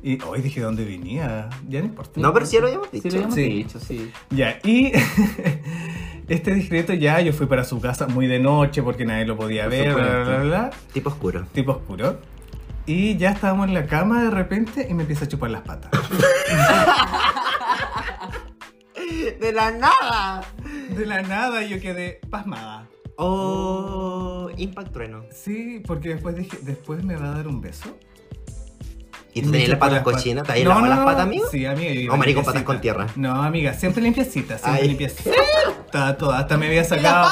Y hoy dije dónde venía, ya no importa.
No, pero sí lo habíamos
Sí,
dicho.
lo habíamos
Sí.
dicho, sí.
Ya, y (laughs) este discreto ya yo fui para su casa muy de noche porque nadie lo podía
Por
ver, bla, bla,
supuesto.
bla, bla,
Tipo oscuro.
tipo oscuro. Y ya estábamos en la cama de repente y me empieza a chupar las patas.
De la nada.
De la nada yo quedé pasmada.
Oh, Impact Trueno.
Sí, porque después dije, después me va a dar un beso.
¿Y tú tenías las
chupó
patas
pat-
cochinas? ¿Te habías
No,
lavado
no,
las
no.
patas, amigo?
Sí, amiga. yo iba
¿O maricón,
limpiecita.
patas con tierra?
No, amiga, siempre limpiecita, siempre
Ay.
limpiecita. Toda, hasta
(laughs)
me había sacado,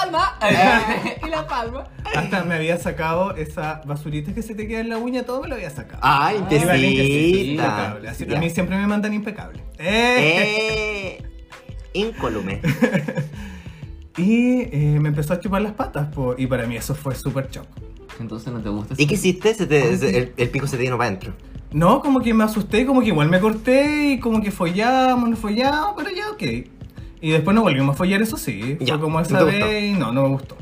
eh, (laughs) y la palma.
hasta me había sacado esa basurita que se te queda en la uña, todo me lo había sacado.
Ah,
Iba
limpiecita.
impecable. Así que a
Ya.
mí siempre me mandan impecable. Eh.
(laughs) Eh, incólume.
Y eh, me empezó a chupar las patas, po, y para mí eso fue súper shock.
Entonces no te gusta.
¿Y qué hiciste? Se te- se- el, el pico se te vino para adentro.
No, como que me asusté, como que igual me corté y como que follamos, no follamos, pero ya ok. Y después nos volvimos a follar, eso sí.
Ya,
Fue como
¿no
esa
te
vez
gustó?
y no, no me gustó.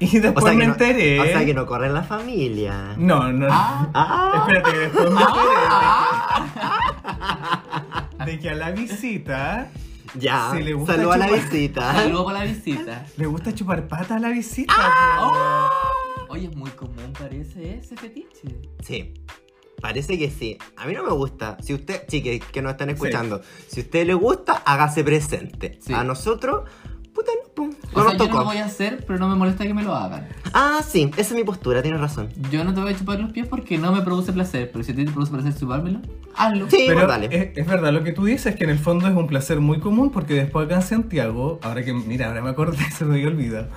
Y después Pues me
que no,
enteré. Mm.
o sea que no corre en la familia.
No, no.
Ah,
Ah,
Espérate, que después me enteré de que, de que a la visita
ya.
si le gusta
Saluda a la
chupar-
visita.
(laughs) saludo para la visita.
le gusta chupar pata a la visita.
Ah, Oye, es muy común, parece ese fetiche.
Sí. Parece que sí. A mí no me gusta. Si usted, chiques que nos están escuchando, si a usted le gusta, hágase presente.
Sí.
A nosotros, puta, no, pum,
O
no
sea,
nos
yo no
tocó.
lo voy a hacer, pero no me molesta que me lo hagan.
Ah, sí, esa es mi postura, tienes razón.
Yo no te voy a chupar los pies porque no me produce placer, pero si a ti te produce placer chupármelo, hazlo.
Sí,
Pero
pues dale.
es, es verdad lo que tú dices, que en el fondo es un placer muy común, porque después acá en Santiago, ahora que, mira, ahora me acordé, (laughs) se me había olvidado,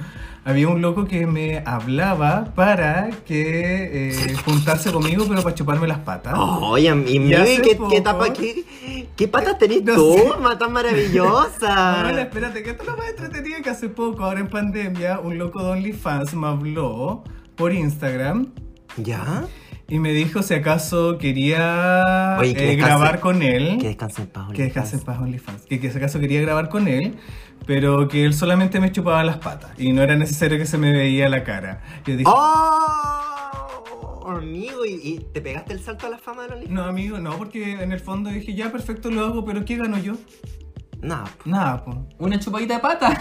había un loco que me hablaba para que eh, juntarse conmigo, pero para chuparme las patas.
Oye, y
Y
mira
hace
qué,
poco-
qué tapa, qué, qué patas tenés
Eh, No
tú,
sé.
ma,
(laughs)
tan maravillosa.
Ahora, Ah, espérate, que esto es lo más entretenido que hace poco, ahora en pandemia, un loco de OnlyFans me habló por Instagram
¿Ya?
y me dijo si acaso quería
Oye, que
eh,
descanse.
grabar con él.
Que descanse en paz,
Que
Olivia.
dejase en paz OnlyFans. Que, que si acaso quería grabar con él, pero que él solamente me chupaba las patas y no era necesario que se me veía la cara. Yo dije,
Ah. ¡Oh! Amigo, ¿y, y te pegaste el salto a la fama de los
no, amigo, no, porque en el fondo dije, ya, perfecto, lo hago, pero ¿qué gano yo?
No.
Nada, po.
Una chupadita
(laughs)
de pata.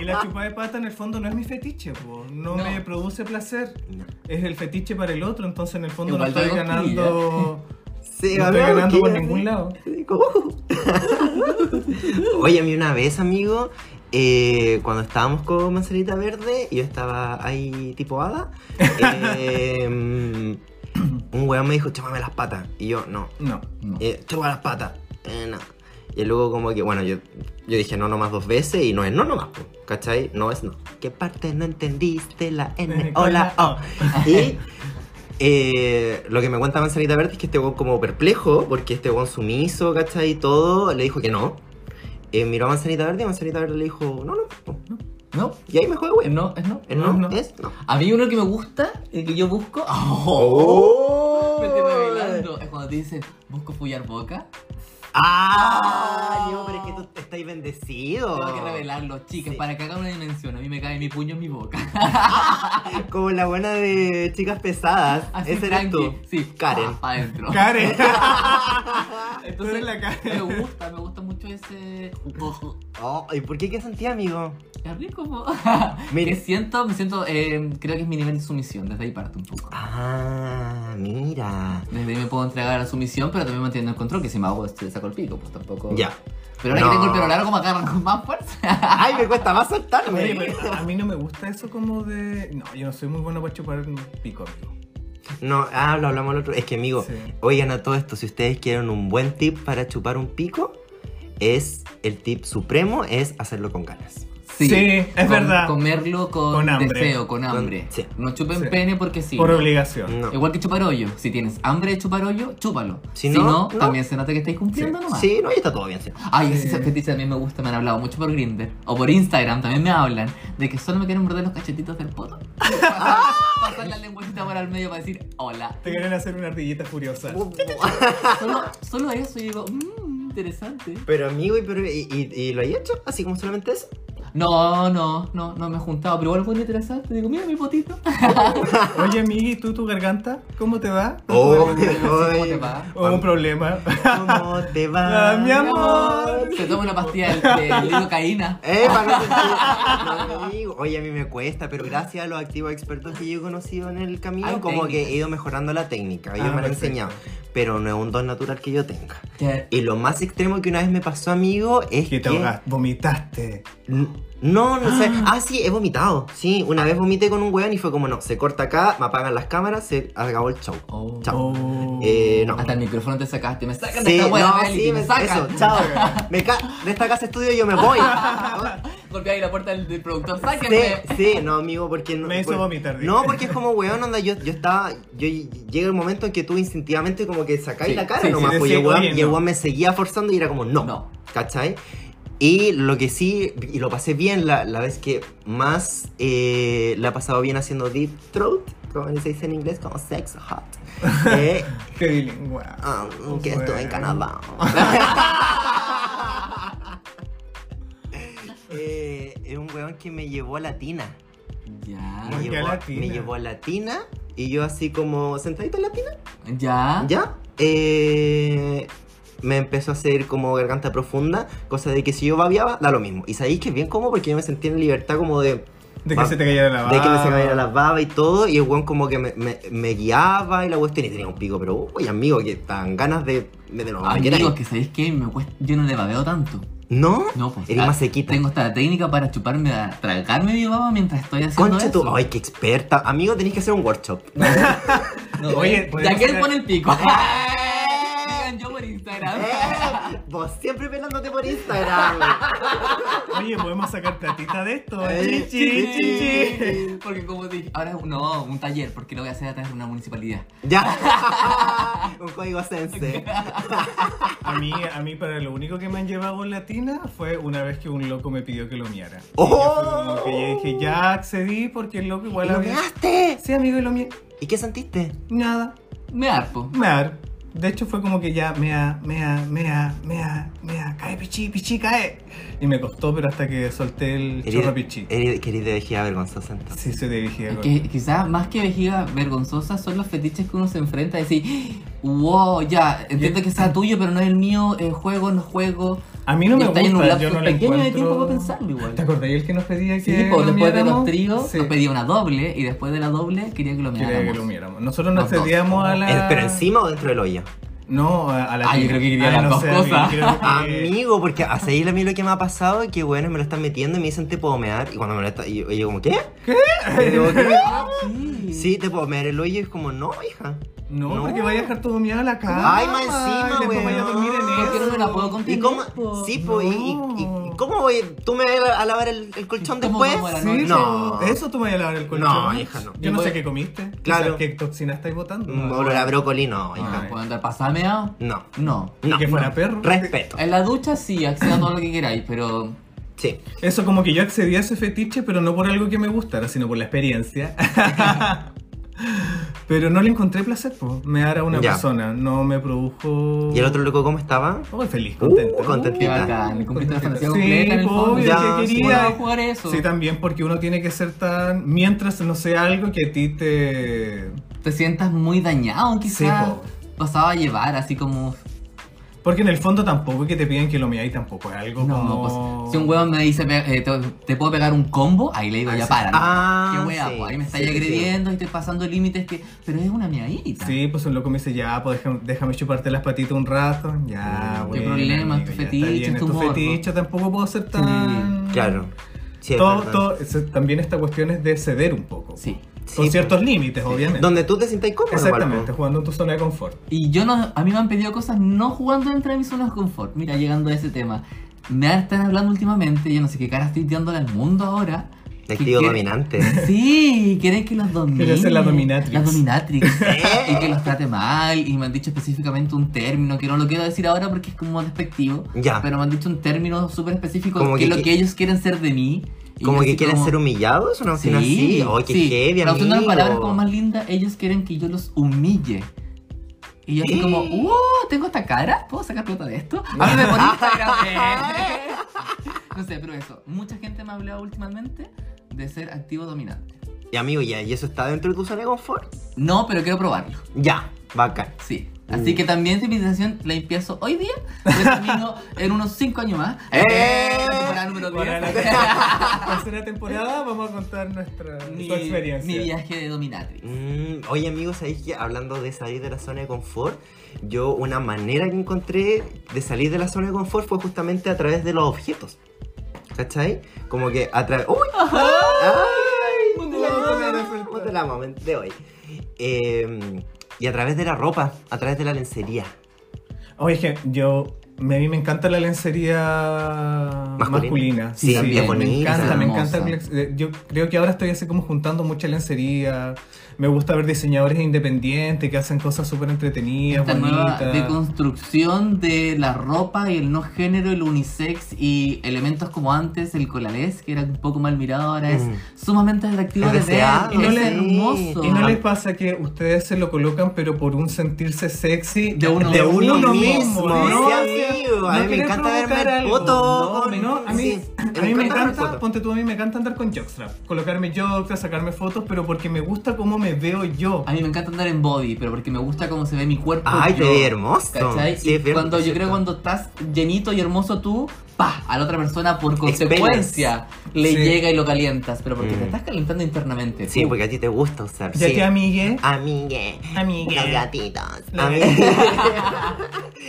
Y la chupa de pata en el fondo no es mi fetiche, po. No,
No.
me produce placer.
No.
Es el fetiche para el otro, entonces en el fondo no
Igualdad
estoy
de
ganando.
Sí,
no estoy
amigo,
ganando
¿qué?
por ningún lado.
(laughs) Oye, a mí una vez, amigo, eh, cuando estábamos con Manzanita Verde, yo estaba ahí
(laughs)
tipo hada, eh, mm, un weón me dijo, chúpame las patas. Y yo, no,
No.
No.
eh, chupa las patas. Eh, no. Y luego como que, bueno, yo, yo dije no nomás dos veces y no es no nomás, po, ¿cachai? No es no. ¿Qué parte no entendiste? La N o la O. (laughs) Y Eh, lo que me cuenta Manzanita Verde es que este weón como perplejo, porque este weón sumiso, ¿cachai? Y todo, le dijo que no. Eh, miró a Manzanita Verde y Manzanita Verde le dijo, no, no, no.
No,
Y ahí me juega, weón.
no, es no.
El no,
no.
es no.
A mí uno que me gusta, el que yo busco. (laughs) ¡Oh!
¡Oh!
Me tiene bailando. Es cuando te dicen, busco follar boca.
¡Ah! Diego, pero es que tú estáis bendecido.
Tengo que revelarlo, chicas,
Oh. Sí.
para que hagan una dimensión. A mí me cae mi puño en mi boca. (laughs)
Como la buena de Chicas Pesadas.
Así
Ese eres tú.
tranqui. Sí.
Karen.
Para adentro.
Karen.
Entonces,
Tú eres la
me
Karen.
gusta, me gusta mucho ese.
Oh, ¿Y por qué qué sentí, amigo?
Es rico, po.
(laughs) Mira.
Que siento, me siento, eh, creo que es mi nivel de sumisión, desde ahí parte un poco.
Ah, mira.
Desde ahí me puedo entregar a la sumisión, pero también mantiendo el control, que si me hago este saco el pico, pues tampoco.
Ya.
Pero ahora
No.
que tengo el pelo largo me agarran con más fuerza.
Ay, me cuesta más saltarme.
Oye, pero a mí no me gusta eso como de. No, yo no soy muy bueno para chupar pico. amigo.
No, ah, lo hablamos el otro. Es que, amigo,
Sí.
oigan a todo esto. Si ustedes quieren un buen tip para chupar un pico, es el tip supremo, es hacerlo con ganas.
Sí, es
Con-
verdad.
Comerlo con,
Con hambre.
deseo, con hambre.
sí.
No chupen
Sí.
pene porque sí.
Por obligación.
No.
Igual que chupar hoyo. Si tienes hambre de chupar hoyo, chúpalo.
Si
Si,
no,
no,
no.
también se nota que estáis cumpliendo nomás.
Sí, no, y está todo bien. sí.
Ay, ese
Sí.
fetiche también me gusta, me han hablado mucho por Grindr o por Instagram, también me hablan de que solo me quieren morder los cachetitos del
(laughs)
poto. Pasar,
Ah.
pasar la lengüecita por al medio para decir hola.
Te quieren hacer una ardillita furiosa.
Solo, solo eso y digo, mmm, interesante.
Pero, amigo, ¿y, pero, y, y- y lo hay hecho? ¿Así como solamente eso?
No, no, no, no me he juntado, pero igual fue interesante. Digo, mira
(laughs)
mi potito. (laughs)
Oye, amigui, ¿tú tu garganta? ¿Cómo te va?
Oh,
¿Cómo
ay,
te va?
¿O un
(laughs)
problema?
¿Cómo te va?
(laughs) Ah, mi amor.
Se toma una pastilla de, de lidocaína.
Eh, para
(laughs)
no sentir- no, amigo. Oye, a mí me cuesta, pero gracias a los activos expertos que yo he conocido en el camino,
Hay
como que
técnicas.
he ido mejorando la técnica. Ellos
Ah,
me han
perfecto.
enseñado, pero no es un don natural que yo tenga.
Que-
Y lo más extremo que una vez me pasó, amigo, es
(laughs) Que te ahogas- vomitaste.
N- No, no
(gasps)
sé. Ah, sí, he vomitado. Sí, una vez vomité con un weón y fue como, no, se corta acá, me apagan las cámaras, se acabó el show.
Oh.
Chao.
Oh.
Eh, no.
Hasta el micrófono te sacaste, me sacan de
Sí,
esta
no,
hueá, Meli,
sí,
me,
me- eso,
sacan.
chao. Me ca- de esta casa estudio yo me
(laughs)
voy.
Golpea ahí la puerta del, del productor,
Sí,
sáquenme.
sí, no, amigo, porque no.
Me hizo
por-
vomitar,
No,
dije.
porque es como, weón, onda, yo, yo estaba. Yo llega el momento en que tú instintivamente como que sacáis
Sí,
la cara
sí,
nomás,
sí,
pues, y
decís,
el weón,
"Oye,
y el
no".
weón me seguía forzando y era como, no.
No.
¿Cachai? Y lo que sí, y lo pasé bien la, la vez que más eh, la he pasado bien haciendo deep throat, como se dice en inglés, como
(laughs)
sex hot. Eh,
Qué bilingüe.
ah, que
Bueno.
estuve en Canadá. (laughs) Eh, es un weón que me llevó a Latina.
Ya,
Ah, Me
¿Por qué
llevó,
a
a-
Latina?
me llevó a Latina y yo así como sentadito en Latina,
ya.
¿ya? Eh, me empezó a hacer como garganta profunda, cosa de que si yo babiaba, da lo mismo. Y sabéis que es bien cómodo porque yo me sentía en libertad como de...
De
Va-
que se te cayera la baba.
De que me se cayera las babas y todo, y el weón como que me, me- me guiaba y la cuestión y tenía un pico, pero oye amigo, que tan ganas de... de, de lo que queráis.
Amigos, que sabéis que me cuesta, yo no le babeo tanto.
¿No?
No, pues.
Eres
ah,
más sequita.
Tengo esta técnica para chuparme, a tragarme mi baba mientras estoy haciendo
Concha
eso.
tu... Ay, qué experta. Amigo, tenéis que hacer un
(laughs)
workshop.
No,
Oye,
eh,
podemos
ya que él
sacar-
pone
(laughs)
el pico. Digan yo por Instagram.
Eh, Vos siempre pelándote por Instagram.
Oye, podemos sacar platita de esto.
Eh,
Chi, chi, chi, chi.
Porque como dije, ahora es un- no, un taller, porque lo voy a hacer a través de una municipalidad.
Ya. (laughs) Un
(laughs)
código sense.
A mí, a mí para lo único que me han llevado en Latina fue una vez que un loco me pidió que lo miara. Y yo fue como que yo dije, ya accedí porque el loco igual
¿Lo
había-
measte?
Sí, amigo, y lo mié.
¿Y qué sentiste?
Nada.
Me arpo.
Mear. De hecho fue como que ya mea, mea, mea, mea, mea, cae pichi, pichi, cae. Y me costó, pero hasta que solté el chorro pichi.
eres- que eres de vejiga vergonzosa
Sí,
entonces.
se dirigía.
Es que quizás más que vejiga vergonzosa son los fetiches que uno se enfrenta a decir, wow, ya, entiendo que sea tuyo, pero no es el mío, eh, juego, no juego.
A mí no
Y
me
está
gusta,
en un lapso
yo no le
pequeño de
encuentro...
tiempo para pensarlo igual.
¿Te acordás el que nos pedía que
Sí, pues,
lo
después de los
miáramos?
tríos
Sí.
nos pedía una doble y después de la doble quería que lo
Quería que lo
miráramos.
miéramos. Nosotros nos
Los dos.
cedíamos a la...
Eh, ¿Pero encima o dentro del hoyo?
No, a, a la
Ah, yo creo que quería las dos
a mí
cosas.
(laughs)
creo que-
Amigo, porque a seguir a mí lo que me ha pasado es que bueno, me lo están metiendo y me dicen te puedo mear. Y cuando me lo están. Y yo, y yo como, ¿qué? ¿Qué?
(laughs)
(laughs)
Sí.
sí, te puedo mear el hoyo. Y es como, no, hija.
No,
No.
porque vaya a dejar todo miedo a la cama.
Ay, más encima,
y Ah, después vaya a dormir en
weón.
eso.
Porque no me la puedo
¿Y
contener.
cómo?
po.
Sí, pues, y, y- y-
No.
¿Cómo voy? ¿Tú me vas a lavar el, el colchón
¿Cómo
después?
vamos a la
Sí,
No.
no. Eso tú me vas a lavar el colchón.
No, hija, no.
Yo no
Bueno.
sé qué comiste.
Claro.
Quizás ¿Qué toxina estáis botando?
Mm, Olor a brócoli, no, hija.
¿Puedo andar pasamea?
No.
No.
No.
Ah. que fuera
no.
perro.
Respeto.
En la ducha sí, acceda a todo lo que queráis, pero
Sí.
Eso como que yo accedí a ese fetiche, pero no por algo que me gustara, sino por la experiencia. (laughs) pero no le encontré placer, po. me hará una
Ya.
persona, no me produjo...
¿Y el otro loco cómo estaba?
Oh, feliz,
Uh,
contento.
contento.
qué
Mira.
bacán. Cumpliste la fantasía
Sí,
completa en el
obvio,
fondo.
que
Ya, sí.
quería.
Uno va a jugar eso.
Sí, también porque uno tiene que ser tan... Mientras no sea algo que a ti te...
Te sientas muy dañado, quizás.
Sí, po.
Pasaba a llevar así como.
Porque en el fondo tampoco es que te piden que lo meáis, tampoco es algo
No,
como...
pues, si un weón me dice, pe- eh, te, te puedo pegar un combo, ahí le digo,
Ah,
ya
sí.
para. ¿no?
Ah,
Qué wea,
sí,
po, ahí me estáis
sí, sí,
agrediendo y estoy pasando límites que. Pero es una miadita.
Sí, pues un loco me dice, ya, pues déjame, déjame chuparte las patitas un rato. Ya,
Mm,
güey.
qué problema, es tu fetiche, es tu morbo.
fetiche, tampoco puedo ser tan...
Claro. Sí, es
Todo,
verdad.
todo- eso- también esta cuestión es de ceder un poco.
Sí.
Sí,
Con
pues.
ciertos límites, obviamente.
Donde tú te sientas cómodo.
Exactamente,
igual,
jugando en tu zona de confort.
Y yo no, a mí me han pedido cosas no jugando dentro de mis zonas de confort. Mira, llegando a ese tema. Me han- están hablando últimamente, yo no sé qué cara estoy tirándole al mundo
(laughs)
ahora.
po.
que
Activo
quiere-
dominante.
(laughs) Sí, quieren que los domine.
Quiere ser la dominatrix.
La
(laughs)
dominatrix.
¿Eh?
y que los trate mal. Y me han dicho específicamente un término que no lo quiero decir ahora porque es como despectivo.
Ya.
Pero me han dicho un término súper específico
Ah. Como
que,
que-
lo que ellos quieren ser de mí. Y
Como
yo
que
así
quieren
como-
ser humillados, una opción así. Oye, qué heavy,
Pero usando las
amigo.
palabras como más lindas, ellos quieren que yo los humille. Y yo así como, ¡uh! ¿Tengo esta cara? ¿Puedo sacar plata
(laughs)
de esto? Háblame por Instagram, eh. (laughs) No sé, pero eso. Mucha gente me ha hablado últimamente de ser activo dominante.
Y amigo, ya, ¿y eso está dentro de tu zona de confort?
No, pero quiero probarlo.
Ya, bacán.
Sí.
Uh.
Así que también esta invitación la empiezo hoy día, pero termino en unos 5 años más.
(laughs) ¡Eh!
La temporada número
Para
10.
la (laughs) tercera temporada vamos a contar nuestra
Mi,
tu experiencia.
mi viaje de dominatrix.
Mm, oye amigos, ¿sabéis que hablando de salir de la zona de confort, yo una manera que encontré de salir de la zona de confort fue justamente a través de los objetos. ¿Cachai? Como que a través...
(laughs)
¡Uy! ¡Ay!
Ponte la mamá,
Ponte la mamá de hoy. Eh, y a través de la ropa, a través de la lencería.
Pues
Oye, es que yo. me- A mí me encanta la lencería
Masculina.
masculina.
Sí,
también,
me
bonita,
encanta, me
hermosa.
encanta. el- eh, Yo creo que ahora estoy así como juntando mucha lencería. Me gusta ver diseñadores independientes que hacen cosas súper entretenidas,
Esta nueva
bonitas.
deconstrucción de la ropa y el no género, el unisex y elementos como antes, el colalés, que era un poco mal mirado, ahora es
Mm.
sumamente atractivo
Es
de ver.
deseado,
Y no
sí.
es hermoso.
¿Y
Ah.
no les pasa que ustedes se lo colocan pero por un sentirse sexy
De uno
De uno, mismo,
¿no?
sí, amigo. a mí me
quieren
encanta
provocar
verme el
algo.
poto.
No,
con-
no, a mí,
sí,
a mí me
verme el
encanta,
poto.
ponte tú, a mí me encanta andar con jockstrap. Colocarme jockstrap, sacarme fotos, pero porque me gusta cómo me veo yo.
A mí me encanta andar en body, pero porque me gusta cómo se ve mi cuerpo.
Ay,
yo,
te ve hermoso.
¿Cachai?
Sí,
y
es bien,
cuando, yo
cierto.
creo que cuando estás llenito y hermoso tú, pa, a la otra persona por
Experience.
consecuencia le
Sí.
llega y lo calientas, pero porque
Mm.
te estás calentando internamente.
Sí,
tú.
porque a ti te gusta usar.
Ya
sí. Ah,
te amigue,
Amigue.
Amigue.
Los gatitos.
Los
Amigue.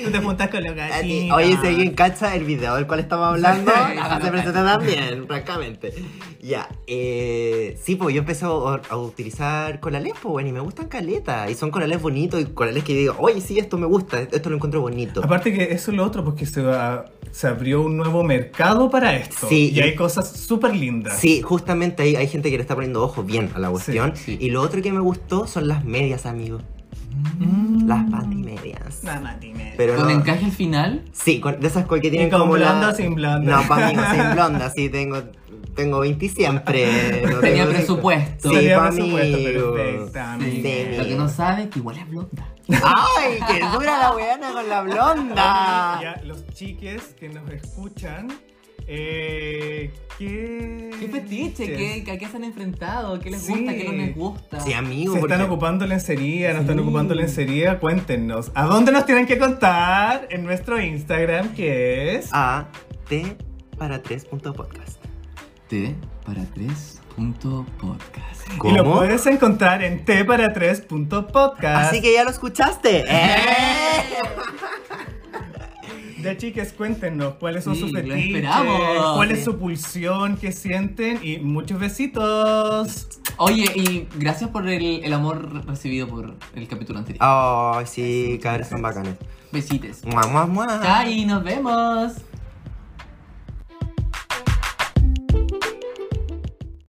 tú te juntas con los
A ti.
gatitos.
Oye, si alguien cacha el video del cual estamos
(laughs)
hablando,
Sí,
se presenta también, francamente. Ya, eh, sí, pues yo empecé a, a utilizar colales, pues bueno, y me gustan caletas. Y son colales bonitos y colales que digo, oye, sí, esto me gusta, esto lo encuentro bonito.
Aparte que eso es lo otro, porque se, va- se abrió un nuevo mercado para esto.
Sí,
y
y-
hay cosas súper lindas.
Sí, justamente hay, hay gente que le está poniendo ojos bien a la cuestión.
sí.
Y lo otro que me gustó son las medias, amigos.
Mm.
Las patimedias.
Nada más, dime.
Pero
Con
no-
encaje al final,
Sí, con, de esas cosas que tienen
Y con
como
blonda
la...
o sin blonda. (laughs)
No, para mí no, sin blonda, sí, tengo, tengo 20 siempre. no
Tenía
tengo
presupuesto.
Sí,
Tenía
pa'
presupuesto,
amigo.
perfectamente.
Sí.
Lo que no sabe es que igual es blonda.
¡Ay, qué dura la weana con la blonda!
Ya, los chiques que nos escuchan, eh, ¿qué,
¿Qué fetiche? ¿Qué, ¿A qué se han enfrentado? ¿Qué les
Sí.
gusta? ¿Qué no les gusta?
Sí, amigo,
¿Se están
porque-
ocupando lencería? ¿No están
Sí.
ocupando lencería? Cuéntenos. ¿A dónde nos tienen que contar? En nuestro Instagram, que es...
A, T, para 3.podcast.
T para 3 punto podcast.
Y lo
¿Cómo?
puedes encontrar en tpara3.podcast.
Así que ya lo
(laughs)
escuchaste. ¡Eh!
Ya chicas, cuéntenos cuáles son
Sí,
sus
lo
fetiches,
esperamos.
cuál
Sí.
es su pulsión que sienten y muchos besitos.
Oye, y gracias por el, el amor recibido por el capítulo anterior.
Ay, sí, cabros son bacanes.
Ah. Besites.
Mua, mua, mua.
Chao y nos vemos.